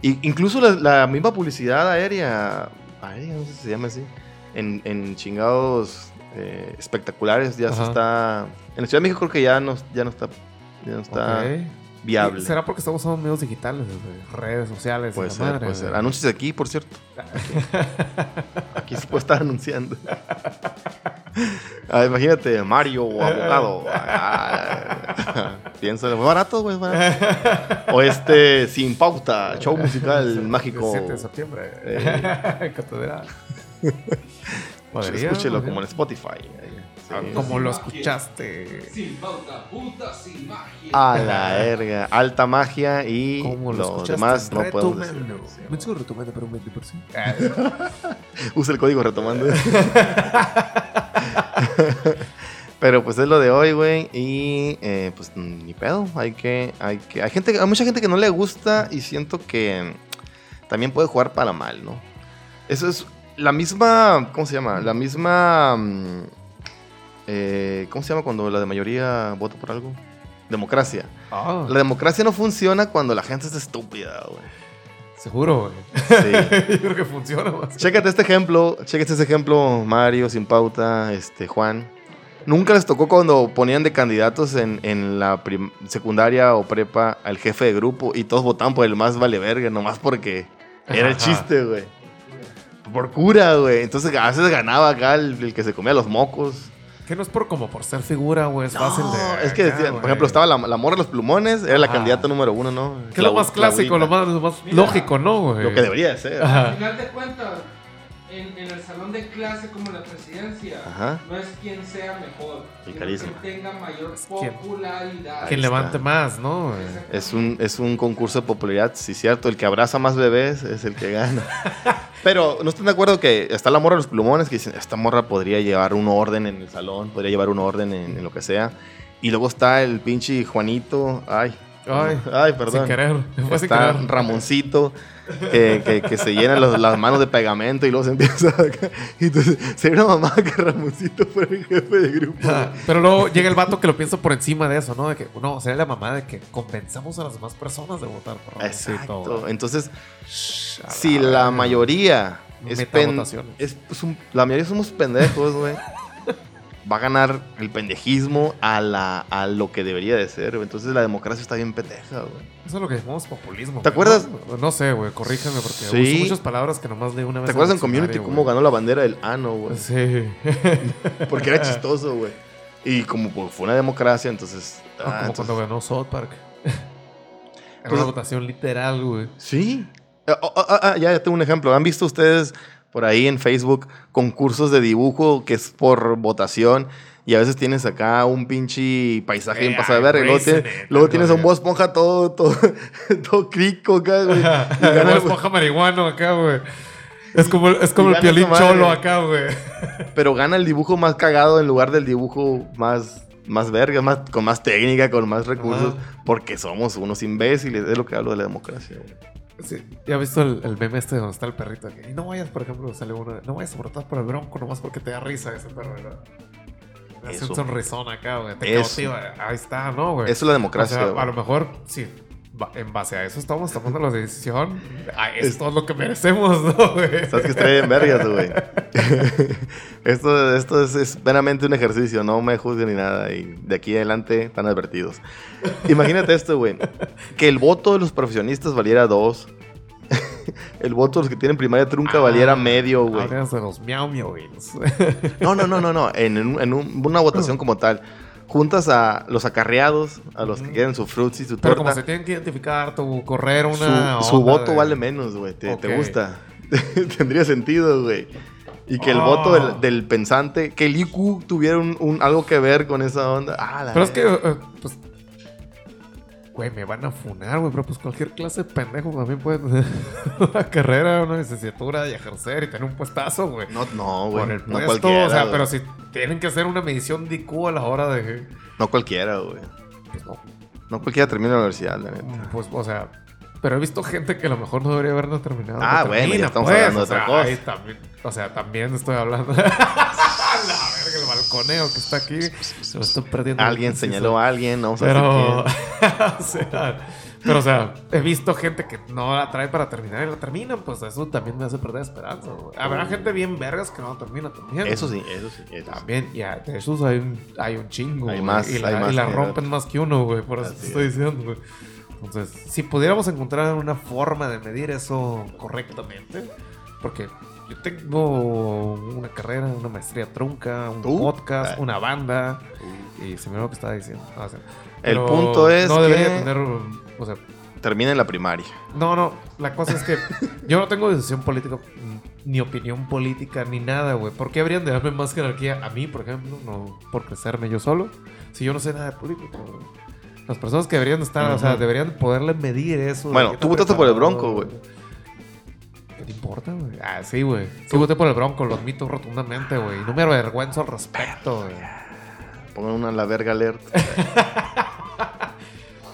A: y- incluso la, la misma publicidad aérea. Aérea, no sé si se llama así. En, en chingados eh, espectaculares ya se
B: Ajá.
A: está. En la Ciudad de México creo que ya no, ya no está. Ya no está
B: Ok.
A: viable.
B: ¿Será porque estamos usando medios digitales, güey? redes sociales?
A: Puede
B: la
A: ser,
B: madre,
A: puede ser.
B: güey? Ah,
A: Anuncios aquí, por cierto. Aquí, aquí se puede estar anunciando. Ah, imagínate, Mario o abogado. Ah, Piénsalo. Fue Barato, güey, barato. O este, sin pauta, show musical mágico. Eh.
B: 17 de septiembre. Catedral. Podría,
A: Escúchelo
B: podría.
A: como en Spotify. Ahí, sí.
B: Ah, Como lo escuchaste.
C: Sin pauta, puta, sin magia.
A: A la verga. Alta magia y
B: Como lo
A: los
B: escuchaste.
A: demás no podemos decir.
B: Retomando. Ah, Mucho retomando, pero un 20%.
A: Usa el código retomando. Pero pues es lo de hoy, güey. Y eh, pues mm, ni pedo. Hay que. Hay que. Hay gente. Hay mucha gente que no le gusta. Y siento que mm, también puede jugar para mal, ¿no? Eso es. La misma. ¿Cómo se llama? La misma. mm, eh, ¿Cómo se llama cuando la de mayoría vota por algo? Democracia.
B: Ah,
A: La democracia no funciona cuando la gente es estúpida, güey.
B: seguro, güey.
A: Sí.
B: Yo creo que funciona más.
A: Chécate este ejemplo, chécate este ejemplo, Mario, Sin Pauta, este, Juan. Nunca les tocó cuando ponían de candidatos en, en la prim- secundaria o prepa al jefe de grupo y todos votaban por el más vale verga, nomás porque era el
B: Ajá.
A: chiste, güey. Por cura, güey. Entonces a veces ganaba acá el, el que se comía los mocos.
B: Que que no es por como por ser figura, güey. Es fácil de.
A: es que,
B: acá,
A: decían, por
B: güey.
A: ejemplo, estaba la, la morra de los plumones, era la
B: Ajá.
A: candidata número uno, ¿no?
B: Que es lo más clásico, lo más, lo más
C: Mira.
B: lógico, ¿no, güey?
A: Lo que debería ser.
C: Al
B: Ajá.
C: final de cuentas, en, en el salón de clase como en la presidencia,
A: Ajá.
C: no es quien sea mejor,
A: El
C: sino
A: carisma.
C: quien tenga mayor
B: Es quien-
C: popularidad.
A: Ahí
B: Quien levante
A: está.
B: más, ¿no? güey?
C: Exactamente.
A: Es un, es un concurso de popularidad, sí, cierto. El que abraza más bebés es el que gana. Pero no están de acuerdo que está la morra de los plumones que dicen, esta morra podría llevar un orden en el salón, podría llevar un orden en, en lo que sea. Y luego está el pinche Juanito, ay,
B: Ay,
A: ay, perdón.
B: Sin querer. Fue sin
A: Está
B: querer.
A: Ramoncito, que, que- que se llena los- las manos de pegamento y luego se empieza acá. Y entonces, sería una mamá que Ramoncito fuera el jefe de grupo.
B: Ajá. Pero luego llega el vato que lo piensa por encima de eso, ¿no? De que, no, sería la mamá de que convenzamos a las demás personas de votar por Ramoncito,
A: Exacto.
B: güey.
A: Entonces,
B: Shh, a
A: si la
B: verga.
A: mayoría es, pen-
B: Metavotaciones.
A: es- es un- la mayoría somos pendejos, güey. Va a ganar el pendejismo a, la, a lo que debería de ser. güey. Entonces la democracia está bien pendeja, güey.
B: Eso es lo que llamamos populismo.
A: ¿Te
B: güey,
A: acuerdas?
B: ¿no? No sé, güey, corrígeme porque
A: Sí.
B: uso muchas palabras que nomás leí una vez.
A: ¿Te acuerdas en
B: el
A: Community
B: diccionario,
A: cómo
B: güey.
A: ganó la bandera del ano, güey?
B: Sí.
A: Porque era chistoso, güey. Y como pues, fue una democracia, entonces...
B: O
A: ah,
B: como
A: entonces-
B: cuando ganó South Park. Era una
A: Entonces-
B: votación literal, güey.
A: Sí. Ah, ah, ah, ah, ya tengo un ejemplo. ¿Han visto ustedes por ahí en Facebook concursos de dibujo que es por votación? Y a veces tienes acá un pinche paisaje bien
B: Eh,
A: pasado de
B: ay,
A: verga. y Luego,
B: güey,
A: tiene-
B: sí, neta,
A: luego
B: no,
A: tienes a un
B: güey.
A: Bob Esponja todo, todo, todo crico acá, güey. Y gana
B: Como
A: el-
B: esponja marihuano acá, güey. Es como, es como
A: y
B: el
A: gana
B: piolín
A: esa madre.
B: cholo acá, güey.
A: pero gana el dibujo más cagado en lugar del dibujo más, más verga, más, con más técnica, con más recursos. Porque somos unos imbéciles. Es lo que hablo de la democracia, güey.
B: Sí, ¿Ya has visto el, el meme este donde está el perrito? aquí? Y no vayas, por ejemplo, sale uno. de, No vayas a votar por el bronco nomás porque te da risa ese perro, ¿verdad? Te Hace
A: Eso.
B: un sonrisón acá, güey. Te
A: Eso.
B: cautiva. Ahí está, ¿no,
A: Eso
B: güey?
A: es la
B: Pues, O
A: democracia,
B: sea,
A: güey.
B: a lo mejor, sí. va- En base a eso estamos tomando la decisión. Ah, Esto es lo que merecemos, ¿no, güey?
A: Sabes que está bien vergas, güey. esto esto es, es meramente un ejercicio, no me juzguen ni nada. Y de aquí adelante están advertidos. Imagínate esto, güey. Que el voto de los profesionistas valiera dos. el voto de los que tienen primaria trunca
B: Ah,
A: valiera medio, güey.
B: Hablas de los miau miau wins.
A: No, no, no, no, no. En, un- en un- una votación como tal. Juntas a los acarreados, a los que
B: Ujú.
A: quieren su fruits y su
B: Pero como
A: torta.
B: se tienen que identificar, tu correr
A: su-
B: una.
A: su,
B: onda
A: voto
B: de-
A: vale menos, güey. Te, te
B: Ok.
A: gusta. Tendría sentido, güey. Y que el
B: Ah.
A: voto del, del pensante, que el IQ tuviera un, un- algo que ver con esa onda. Ah, la
B: Pero es que,
A: verga.
B: eh, pues. Güey, me van a funar, güey, pero pues cualquier clase de pendejo también puede tener una carrera, una licenciatura y ejercer y tener un puestazo, güey.
A: No, no, güey.
B: Por el
A: No
B: puesto,
A: cualquiera.
B: o sea,
A: güey.
B: pero si tienen que hacer una medición de IQ a la hora de.
A: No cualquiera, güey.
B: Pues no,
A: No cualquiera termina la universidad, la neta.
B: Pues, o sea, pero he visto gente que a lo mejor no debería habernos terminado.
A: Ah,
B: que
A: bueno, ya
B: termina,
A: estamos
B: pues,
A: hablando de
B: o sea,
A: otra cosa.
B: ahí también- o sea, también estoy hablando. la verga, el balconeo que está aquí. Se lo estoy perdiendo.
A: Alguien
B: Sí,
A: señaló a alguien, no vamos a
B: Pero,
A: decir quién.
B: o sea, pero, o sea, he visto gente que no la trae para terminar y la terminan. Pues eso también me hace perder esperanza. güey. Habrá gente bien vergas que no termina también.
A: Oh. Eso sí, eso sí. eso sí.
B: También, ya, de esos hay un, hay un chingo.
A: Hay
B: güey,
A: más,
B: y la,
A: hay más
B: y la
A: que-
B: rompen más que uno, güey. Por eso
A: Así
B: te estoy diciendo, güey. Entonces, si pudiéramos encontrar una forma de medir eso correctamente, porque yo tengo una carrera, una maestría trunca, un
A: ¿Tú?
B: podcast,
A: Ah.
B: una banda, y se me olvidó lo que estaba diciendo. Ah, sí.
A: El
B: Pero
A: punto es
B: No debería
A: que-
B: tener. um, O sea,
A: Termina en la primaria.
B: no, no, la cosa es que yo no tengo decisión política, mm, ni opinión política, ni nada, güey. ¿Por qué habrían de darme más jerarquía a mí, por ejemplo? No por crecerme yo solo, si yo no sé nada de político, güey? Las personas que deberían estar, o sea,
A: Ujú.
B: deberían poderle medir eso. de
A: Bueno,
B: qué
A: tú
B: tan
A: votaste por el
B: preparado,
A: Bronco, güey.
B: ¿Qué te importa, güey? Ah, sí, güey. Sí voté por el Bronco, lo admito rotundamente, güey. y No me avergüenzo al respecto, güey.
A: Pongan una la verga alert.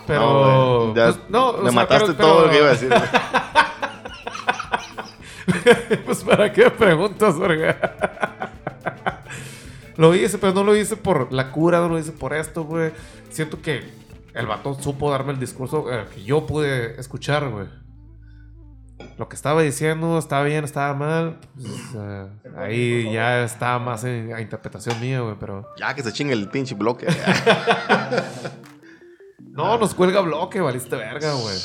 B: Pero...
A: No,
B: pues, No,
A: güey, ya
B: o
A: le
B: sea,
A: mataste
B: pero-
A: todo
B: pero-
A: lo que iba a decir. güey.
B: pues para qué preguntas, verga. lo hice, pero no lo hice por la cura, no lo hice por esto, güey. Siento que el batón supo darme el discurso eh, que yo pude escuchar, güey. Lo que estaba diciendo, estaba bien, estaba mal. pues, eh, ahí ya estaba más en- a interpretación mía, güey, pero.
A: Ya que se chingue el pinche bloque.
B: No, nos cuelga bloque, valiste verga, güey.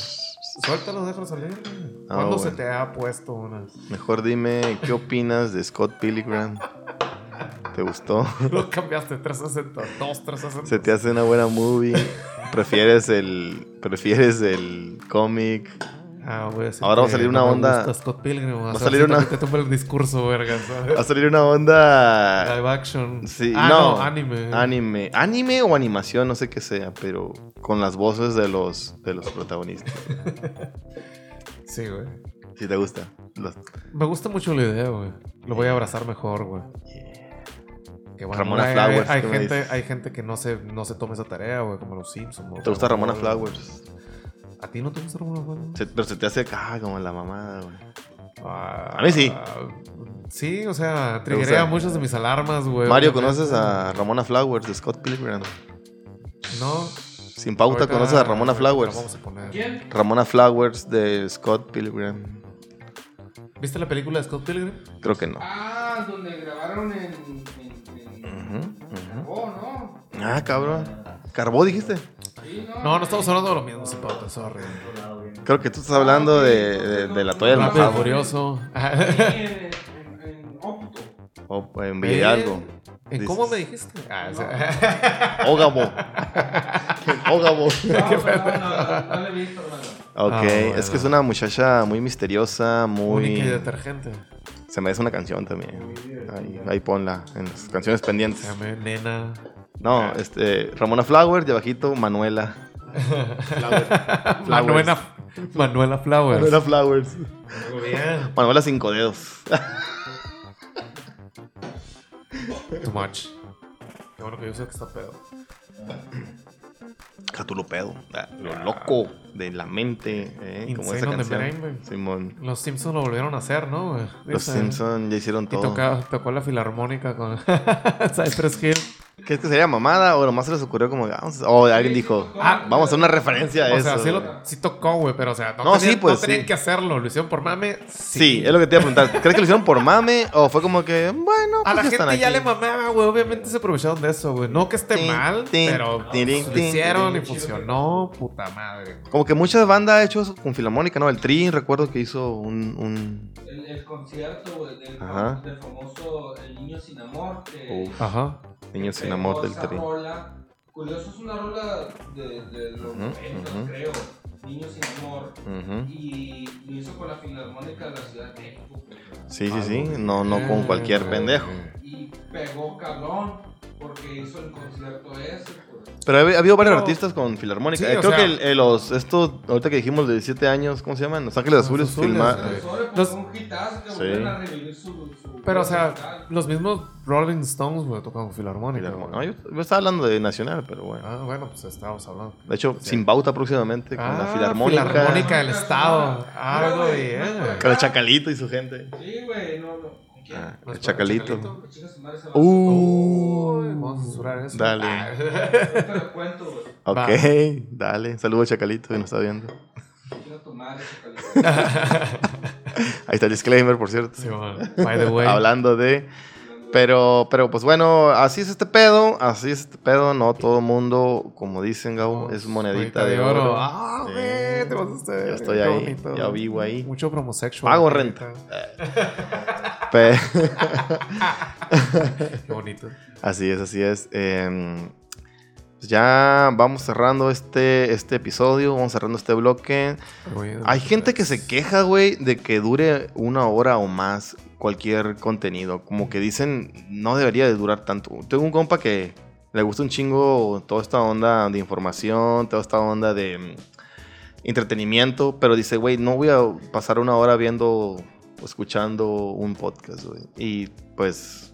B: Suéltalo, déjalo salir. güey.
A: Ah,
B: ¿Cuándo se
A: bueno.
B: te ha puesto una?
A: Mejor dime, ¿qué opinas de Scott Pilgrim? ¿Te gustó?
B: Lo cambiaste 360, 2, 360.
A: ¿Se te hace una buena movie? ¿Prefieres el, prefieres el cómic?
B: Ah, güey, sí
A: Ahora va a
B: que
A: salir una
B: no me
A: onda-
B: gusta Scott Pilgrim, va
A: a salir una-
B: Te tumba el discurso, verga. ¿sabes?
A: Va a salir una onda
B: Live action.
A: Sí,
B: Ah,
A: no.
B: no. anime.
A: anime. Anime o animación, no sé qué sea, pero con las voces de los, de los protagonistas.
B: Sí, güey.
A: Si te gusta. Los-
B: Me gusta mucho la idea, güey. Lo voy a abrazar mejor, güey. Que bueno,
A: Ramona
B: hay,
A: Flowers,
B: hay,
A: ¿qué me
B: gente,
A: dices?
B: hay gente que no se, no se toma esa tarea, güey, como los Simpsons. güey.
A: ¿Te gusta Ramona
B: Güey.
A: Flowers?
B: ¿A ti no te gusta Ramona Flowers?
A: Se- pero se te hace acá como la mamada, güey.
B: Ah,
A: A mí sí.
B: ah, Sí, o
A: ¿Te
B: sea,
A: gusta?
B: triggeré a muchas de mis alarmas, güey.
A: Mario,
B: Pues, obviamente.
A: ¿conoces a Ramona Flowers de Scott Pilgrim?
B: No.
A: Sin pauta,
B: Ahorita
A: ¿conoces a Ramona
B: la vamos
A: Flowers?
B: a poner.
C: ¿Quién?
A: Ramona Flowers de Scott Pilgrim.
B: ¿Viste la película de Scott Pilgrim?
A: Creo que no.
C: Ah, donde grabaron en. en, en...
A: Ujú, ujú.
C: Oh, no.
A: Ah, cabrón. Carbó, dijiste.
C: Sí, no.
B: No, no estamos hablando de lo mismo, sin pauta, sorry.
A: Creo que tú estás hablando de, de- de la toalla del
B: Rápido y
C: Rápido,
A: mojado.
B: Furioso. Ah,
C: Sí, en, en, en Opto.
A: O en Villalgo.
B: Eh, ¿En
A: Dices. "Oh,
B: cómo me dijiste? Ah, o sea,
A: Ógamo. Ógamo.
C: No, no, no, no, no lo he visto, hermano.
A: "Oh, Ok,
B: Ah, bueno.
A: es que es una muchacha muy misteriosa, muy...
B: única y detergente.
A: Se me hace una canción también. Ahí, ahí ponla, en las canciones pendientes.
B: Se llama Nena.
A: No, este, Ramona Flower, de bajito, Manuela.
B: Manuela, Manuela Flowers.
A: Manuela Flowers.
B: Muy bien.
A: Manuela Cinco Dedos.
B: Too much. Qué bueno que yo sé que está pedo.
A: Catulopedo. Lo loco de la mente. ¿eh? Como
B: Insane
A: esa
B: on the
A: canción.
B: brain, güey.
A: Simón.
B: Los Simpsons lo volvieron a hacer, ¿no? güey?
A: Los
B: Dice.
A: Simpson ya hicieron
B: Y
A: todo.
B: toca, tocó la filarmónica con Cypress Hill.
A: ¿Crees que sería mamada o nomás se les ocurrió como... vamos a- O alguien dijo,
B: Ah,
A: vamos a hacer una referencia a
B: O
A: eso.
B: sea, sí, lo, sí tocó, güey, pero o sea, no,
A: No,
B: tenían,
A: sí, pues,
B: no tenían
A: sí.
B: que hacerlo. Lo hicieron por mame. Sí.
A: Sí, es lo que te iba a preguntar. ¿Crees que lo hicieron por mame o fue como que, bueno,
B: A
A: pues
B: la
A: ya
B: gente
A: están
B: ya
A: aquí?
B: le mamaba, güey. Obviamente se aprovecharon de eso, güey. No que esté
A: Tin,
B: mal,
A: tin,
B: pero
A: tin,
B: pues, lo
A: tin,
B: hicieron
A: tin.
B: y funcionó. Puta madre.
A: Como que muchas bandas han hecho eso con Filarmónica, ¿no? El Tri, recuerdo que hizo un... un...
C: El, el concierto güey, del,
A: Ajá.
C: del famoso El Niño Sin Amor. Que
A: Uf,
B: Ajá.
A: Niño sin
C: pegó
A: amor del
C: esa
A: Tri.
C: rola. Curioso, es una rola de, de los
A: Ujú,
C: 90,
A: ujú.
C: creo. Niño Sin Amor.
A: Ujú.
C: Y lo hizo con la Filarmónica de la Ciudad de México.
A: Sí, sí, sí. No, no con
B: Eh,
A: cualquier pendejo.
C: Y pegó cabrón porque hizo el concierto ese. Pues.
A: Pero ha ha habido varios
B: No.
A: artistas con Filarmónica.
B: Sí,
A: Eh,
B: o
A: creo
B: sea-
A: que el- eh, los, estos, ahorita que dijimos de 17 años, ¿cómo se llaman? Los Ángeles
B: Los
A: Azules,
B: Azules,
A: filma-
B: güey.
A: eh,
C: Sobre pues,
B: Los-
C: un hitazo que
A: Sí.
C: volvieron a revivir su, su-
B: Pero, o sea,
C: musical.
B: los mismos Rolling Stones, güey, tocan filarmónica.
A: Filarmónica. No,
B: güey.
A: yo, yo estaba hablando de Nacional, pero bueno.
B: Ah, bueno, pues estábamos hablando.
A: De hecho, Sin Bauta próximamente con la
B: Ah,
A: Filarmónica.
B: Filarmónica del Estado.
C: Ah,
B: Algo
C: güey.
B: bien. güey.
A: Con el Chacalito y su gente.
C: Sí, güey, no, no. ¿Con quién?
A: Ah, el
B: Los
A: Chacalito.
B: pues, Chacalito.
C: Pues, chinga su madre, se va.
A: Uh,
B: Uy, vamos a censurar eso.
A: Dale.
B: Ah.
C: Te lo cuento, güey.
A: ok,
B: Va.
A: dale. Saludos, Chacalito, que nos está viendo.
C: Chinga tu madre, Chacalito.
A: Ahí está el disclaimer, por cierto.
B: Sí, bueno, By the way.
A: Hablando de. Pero, pero pues bueno, así es este pedo, así es este pedo, no todo mundo, como dicen Gabo,
B: Pues,
A: es monedita de oro.
B: Ah,
A: Sí.
B: güey, te vas a hacer.
A: Yo estoy
B: Qué
A: ahí,
B: bonito.
A: ya vivo ahí.
B: Mucho promosexual.
A: Pago
B: güey,
A: renta.
B: ahorita.
A: Pe-
B: Qué bonito.
A: así es, así es. Em, pues ya vamos cerrando este, este episodio, vamos cerrando este bloque.
B: Güey,
A: Hay gente que se queja, güey, de que dure una hora o más cualquier contenido. Como que dicen, no debería de durar tanto. Tengo un compa que le gusta un chingo toda esta onda de información, toda esta onda de mm, entretenimiento, pero dice, güey, no voy a pasar una hora viendo o escuchando un podcast, güey. Y pues,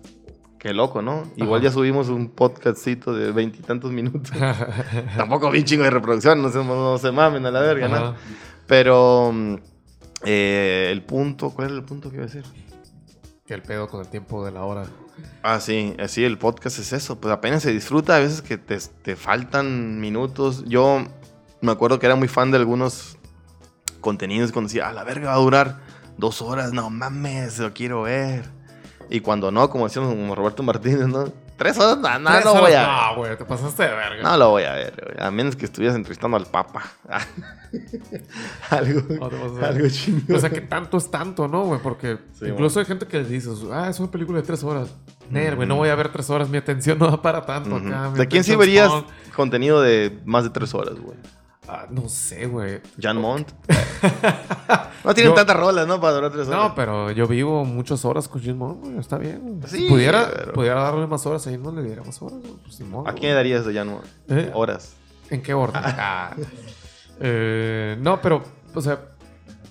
A: qué loco, ¿no? Igual
B: Ajá.
A: ya subimos un podcastcito de veintitantos minutos. Tampoco vi un chingo de reproducción, no se, no se mamen a la verga, ¿no?
B: Ajá.
A: Pero mm, eh, el punto, ¿cuál era el punto que iba a decir?
B: Que el pedo con el tiempo de la hora.
A: Ah, sí, así el podcast es eso. Pues apenas se disfruta, a veces que te, te faltan minutos. Yo me acuerdo que era muy fan de algunos contenidos cuando decía, a la verga va a durar dos horas, no mames, lo quiero ver. Y cuando no, como decíamos como Roberto Martínez, ¿no? Tres horas, no, no,
B: Tres
A: no
B: horas,
A: voy a.
B: No, güey, te pasaste de verga.
A: No lo voy a ver, güey, a menos que estuvieras entrevistando al Papa. algo,
B: No te vas a ver.
A: algo chingón.
B: O sea, que tanto es tanto, ¿no, güey? Porque
A: Sí,
B: incluso hay gente que le dices, ah, es una película de tres horas. Ner, güey, no voy a ver tres horas, mi atención no da para tanto
A: Ujú.
B: acá. mi
A: ¿De quién sí
B: attention
A: verías
B: span.
A: contenido de más de tres horas, güey?
B: Ah, no sé, güey.
A: Jan Mont. no tienen
B: Yo-
A: tantas rolas, ¿no? Para durar tres horas.
B: No, pero yo vivo muchas horas con Jim Moore, güey, está bien. güey.
A: Sí,
B: si pudiera,
A: pero-
B: pudiera darle más horas, ahí no le diera más horas. güey, Pues, sin modo,
A: ¿A quién le
B: güey.
A: darías de Jan Mont?
B: ¿Eh?
A: Horas.
B: ¿En qué orden? Ah. Eh, no, pero, o sea,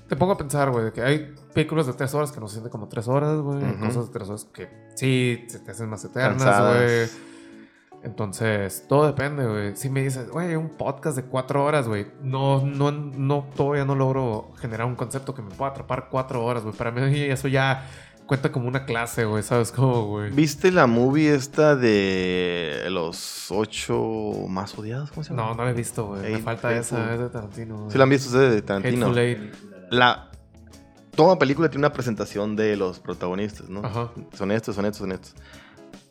B: te pongo a pensar, güey, de que hay películas de tres horas que no se sienten como tres horas, güey. hay
A: Ujú.
B: Cosas de tres horas que sí se te hacen más eternas,
A: Cansadas.
B: güey. Entonces, todo depende, güey. Si me dices, güey, un podcast de cuatro horas, güey, no, no, no, todavía no logro generar un concepto que me pueda atrapar cuatro horas, güey. Para mí eso ya cuenta como una clase, güey, ¿sabes cómo, güey?
A: ¿Viste la movie esta de los ocho más odiados? ¿Cómo se llama?
B: No, no la he visto, güey. Me
A: Eight
B: falta esa,
A: Hateful-
B: es de Tarantino, güey.
A: ¿Sí la han visto ustedes de Tarantino?
B: Hateful Eight.
A: La... Toda película tiene una presentación de los protagonistas, ¿no?
B: Ajá.
A: Son estos, son estos, son estos.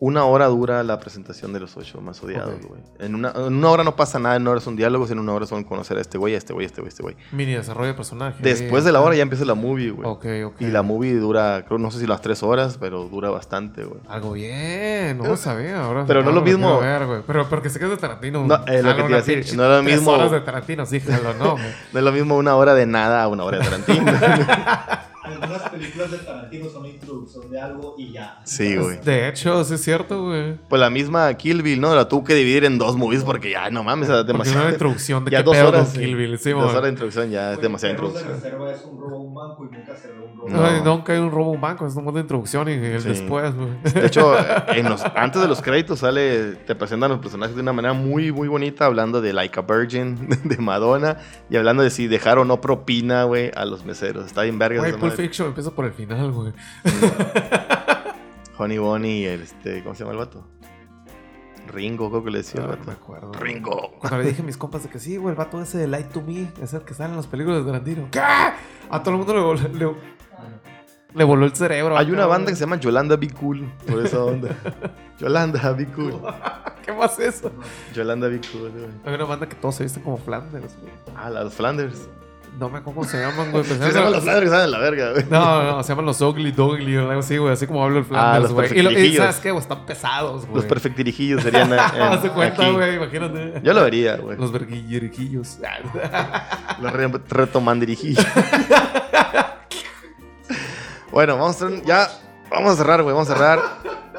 A: Una hora dura la presentación de los ocho más odiados,
B: Ok.
A: güey. En, una, en una hora no pasa nada, en una hora son diálogos, en una hora son conocer a este güey, a este güey, a este güey, a este güey.
B: Mini desarrollo de personaje.
A: Después de la hora ya empieza la movie, güey.
B: Ok, ok.
A: Y la movie dura, creo, no sé si las tres horas, pero dura bastante, güey.
B: Algo bien, no lo sabía. Ahora
A: Pero no
B: ahora
A: lo
B: quiero
A: mismo.
B: ver, güey. pero porque sé que es de Tarantino.
A: No, es lo que te
B: jalo
A: iba a
B: una
A: decir,
B: pinche
A: no era lo
B: tres
A: mismo.
B: horas de Tarantino, sí, jalo, no. güey.
A: No es lo mismo una hora de nada a una hora de Tarantino.
E: Algunas películas de Tarantino son introducción de algo y ya.
A: sí, güey.
B: de hecho, sí es cierto, güey.
A: Pues la misma Kill Bill, ¿no? La tuve que dividir en dos movies porque ya, no mames, es
B: Porque una
A: demasiado.
B: introducción de
A: ya
B: qué
A: dos
B: pedo
A: horas.
B: con
A: sí.
B: Kill Bill. Sí,
A: dos
B: güey.
A: horas de introducción ya es demasiada
E: Perros de
A: introducción.
E: reserva es un robo a un banco y nunca será un robo.
A: No.
B: Ay, nunca hay un robo a un banco, es nomás de introducción y el
A: Sí.
B: después, güey.
A: De hecho, eh, en los- antes de los créditos sale, te presentan los personajes de una manera muy, muy bonita, hablando de Like a Virgin, de Madonna, y hablando de si dejar o no propina, güey, a los meseros. Está bien verga.
B: Güey,
A: esa
B: Pulp
A: madre.
B: Fiction empieza por el final, güey.
A: Honey Bonnie y el, este, ¿cómo se llama el vato? Ringo, creo que le decía
B: No
A: el
B: me
A: vato.
B: acuerdo. güey.
A: Ringo.
B: Cuando le dije a mis compas de que sí, güey, el vato ese de Light to Me es el que sale en las películas de Tarantino. ¿Qué? A todo el mundo le voló, le, le voló el cerebro.
A: Hay una
B: cabrón.
A: banda que se llama Yolanda Be Cool, por esa onda. Yolanda Be Cool.
B: ¿Qué más es eso?
A: Yolanda Be Cool, güey.
B: Hay una banda que todos se visten como Flanders, güey.
A: Ah, los Flanders.
B: No me acuerdo cómo se llaman, güey. pero
A: Sí, se llaman los Flanders, saben la verga, güey.
B: No, no, se llaman los Ugly Dogly o algo así, güey. Así como hablo el Flanders,
A: Ah, los
B: güey. y, lo- y
A: perfectirijillos.
B: sabes qué, güey, están pesados, güey.
A: Los perfectirijillos serían. eh,
B: Haz de cuenta,
A: aquí.
B: güey, imagínate.
A: Yo lo vería, güey.
B: Los verguillerijillos.
A: Los re retomandirijillos. bueno, vamos a hacer un- ya. Vamos a cerrar, güey. Vamos a cerrar.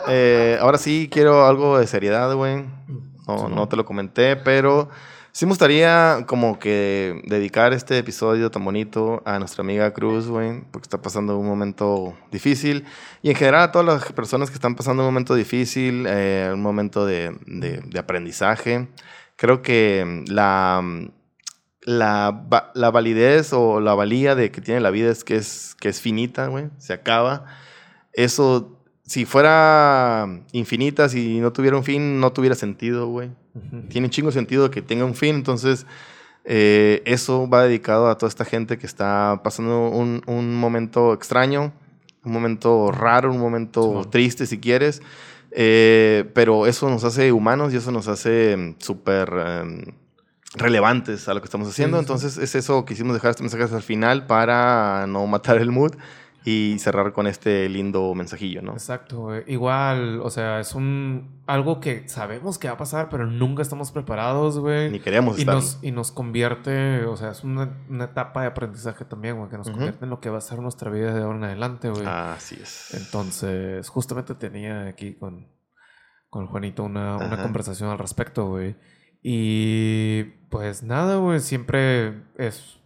A: Eh, ahora sí quiero algo de seriedad, güey. No, no te lo comenté, pero sí me gustaría como que dedicar este episodio tan bonito a nuestra amiga Cruz, güey, porque está pasando un momento difícil. Y en general a todas las personas que están pasando un momento difícil, eh, un momento de, de- de aprendizaje. Creo que la, la, va- la validez o la valía de que tiene la vida es que es, que es finita, güey, se acaba. Eso, si fuera infinita, si no tuviera un fin, no tuviera sentido, güey tiene un chingo de sentido que tenga un fin. Entonces, eh, eso va dedicado a toda esta gente que está pasando un, un momento extraño, un momento raro, un momento
B: Simón.
A: triste, si quieres. Eh, pero eso nos hace humanos y eso nos hace mm, súper em, relevantes a lo que estamos haciendo.
B: sí, sí.
A: Entonces, es eso. Quisimos dejar este mensaje hasta el final para no matar el mood y cerrar con este lindo mensajillo, ¿no?
B: Exacto, güey. Igual, o sea, es un algo que sabemos que va a pasar, pero nunca estamos preparados, güey.
A: Ni queríamos
B: Y
A: estar.
B: nos, y nos convierte, o sea, es una, una etapa de aprendizaje también, güey, que nos
A: Ujú. Ah,
B: convierte en lo que va a ser nuestra vida de ahora en adelante, güey.
A: Así es.
B: Entonces, justamente tenía aquí con, con Juanito una, una
A: Ajá.
B: conversación al respecto, güey. Y pues nada, güey, siempre es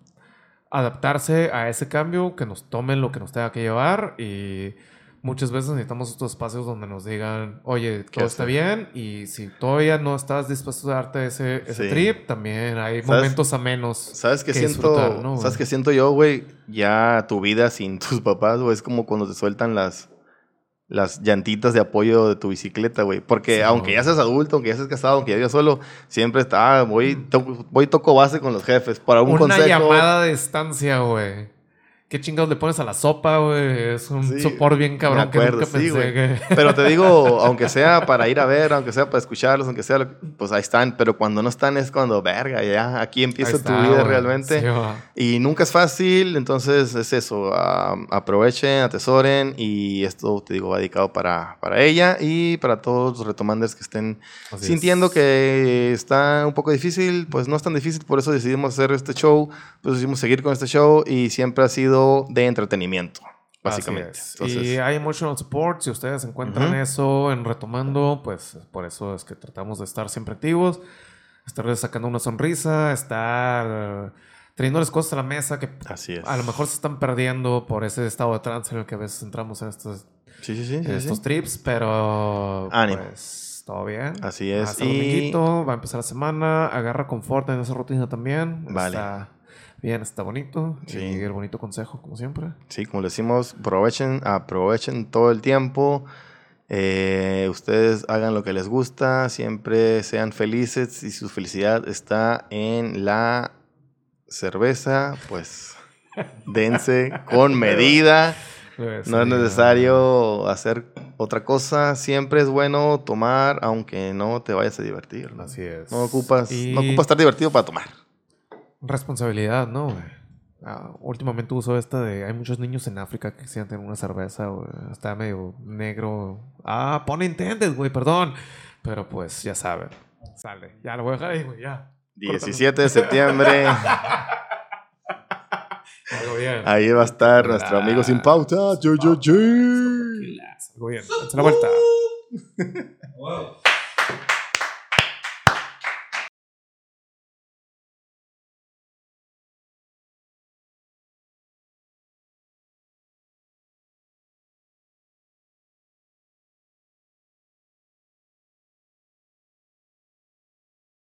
B: adaptarse a ese cambio, que nos tomen lo que nos tenga que llevar y muchas veces necesitamos estos espacios donde nos digan, oye, todo está
A: hacer?
B: bien y si todavía no estás dispuesto a darte ese, ese
A: Sí.
B: trip, también hay
A: ¿Sabes?
B: momentos amenos.
A: ¿Sabes qué
B: que
A: siento?
B: disfrutar, ¿no, güey?
A: ¿Sabes qué siento yo, güey? Ya tu vida sin tus papás, güey, es como cuando te sueltan las, las llantitas de apoyo de tu bicicleta, güey. Porque
B: Sí,
A: aunque
B: güey.
A: ya seas adulto, aunque ya seas casado, aunque ya vivas solo, siempre está, ah, voy, to- voy toco base con los jefes para un
B: Mm. Una
A: consejo.
B: llamada de estancia, güey. ¿Qué chingados le pones a la sopa, güey? Es un
A: Sí,
B: sopor bien cabrón
A: me acuerdo,
B: que nunca
A: sí,
B: pensé
A: güey.
B: que...
A: Pero te digo, aunque sea para ir a ver, aunque sea para escucharlos, aunque sea, lo- pues ahí están. Pero cuando no están es cuando, verga, ya aquí empieza
B: Ahí está,
A: tu vida
B: güey.
A: realmente.
B: Sí, va.
A: Y nunca es fácil, entonces es eso. ah, aprovechen, atesoren y esto, te digo, va dedicado para, para ella y para todos los retomanders que estén
B: Así
A: sintiendo
B: es.
A: que está un poco difícil. Pues no es tan difícil, por eso decidimos hacer este show, pues decidimos seguir con este show y siempre ha sido de entretenimiento, básicamente.
B: Así es.
A: Entonces,
B: y hay emotional support. Si ustedes encuentran
A: Ujú.
B: eso en retomando, pues por eso es que tratamos de estar siempre activos, estarles sacando una sonrisa, estar eh, trayéndoles cosas a la mesa que
A: así es.
B: a lo mejor se están perdiendo por ese estado de trance en el que a veces entramos en estos,
A: Sí, sí, sí. sí,
B: en
A: sí.
B: estos trips, pero
A: Ánimo.
B: pues todo bien.
A: Así es.
B: Hasta
A: y-
B: dominguito, va a empezar la semana, agarra confort en esa rutina también.
A: Vale.
B: Está bien, está bonito.
A: Sí.
B: Y el bonito consejo, como siempre.
A: Sí, como le decimos, aprovechen, aprovechen todo el tiempo. Eh, ustedes hagan lo que les gusta, siempre sean felices y su felicidad está en la cerveza, pues dense con medida. No es necesario hacer otra cosa. Siempre es bueno tomar, aunque no te vayas a divertir. ¿no?
B: Así es.
A: No ocupas,
B: Y
A: no ocupas estar divertido para tomar.
B: Responsabilidad, ¿no? güey? Ah, últimamente uso esta de. Hay muchos niños en África que quisieran tener una cerveza, güey. Está medio negro. Ah, pon intended, güey, perdón. Pero pues ya saben. Sale. Ya lo voy a dejar ahí, güey, ya.
A: 17 de septiembre.
B: Algo bien.
A: Ahí va a estar nuestro amigo sin pauta. Yo, yo, yo.
B: Algo bien. Echa la vuelta.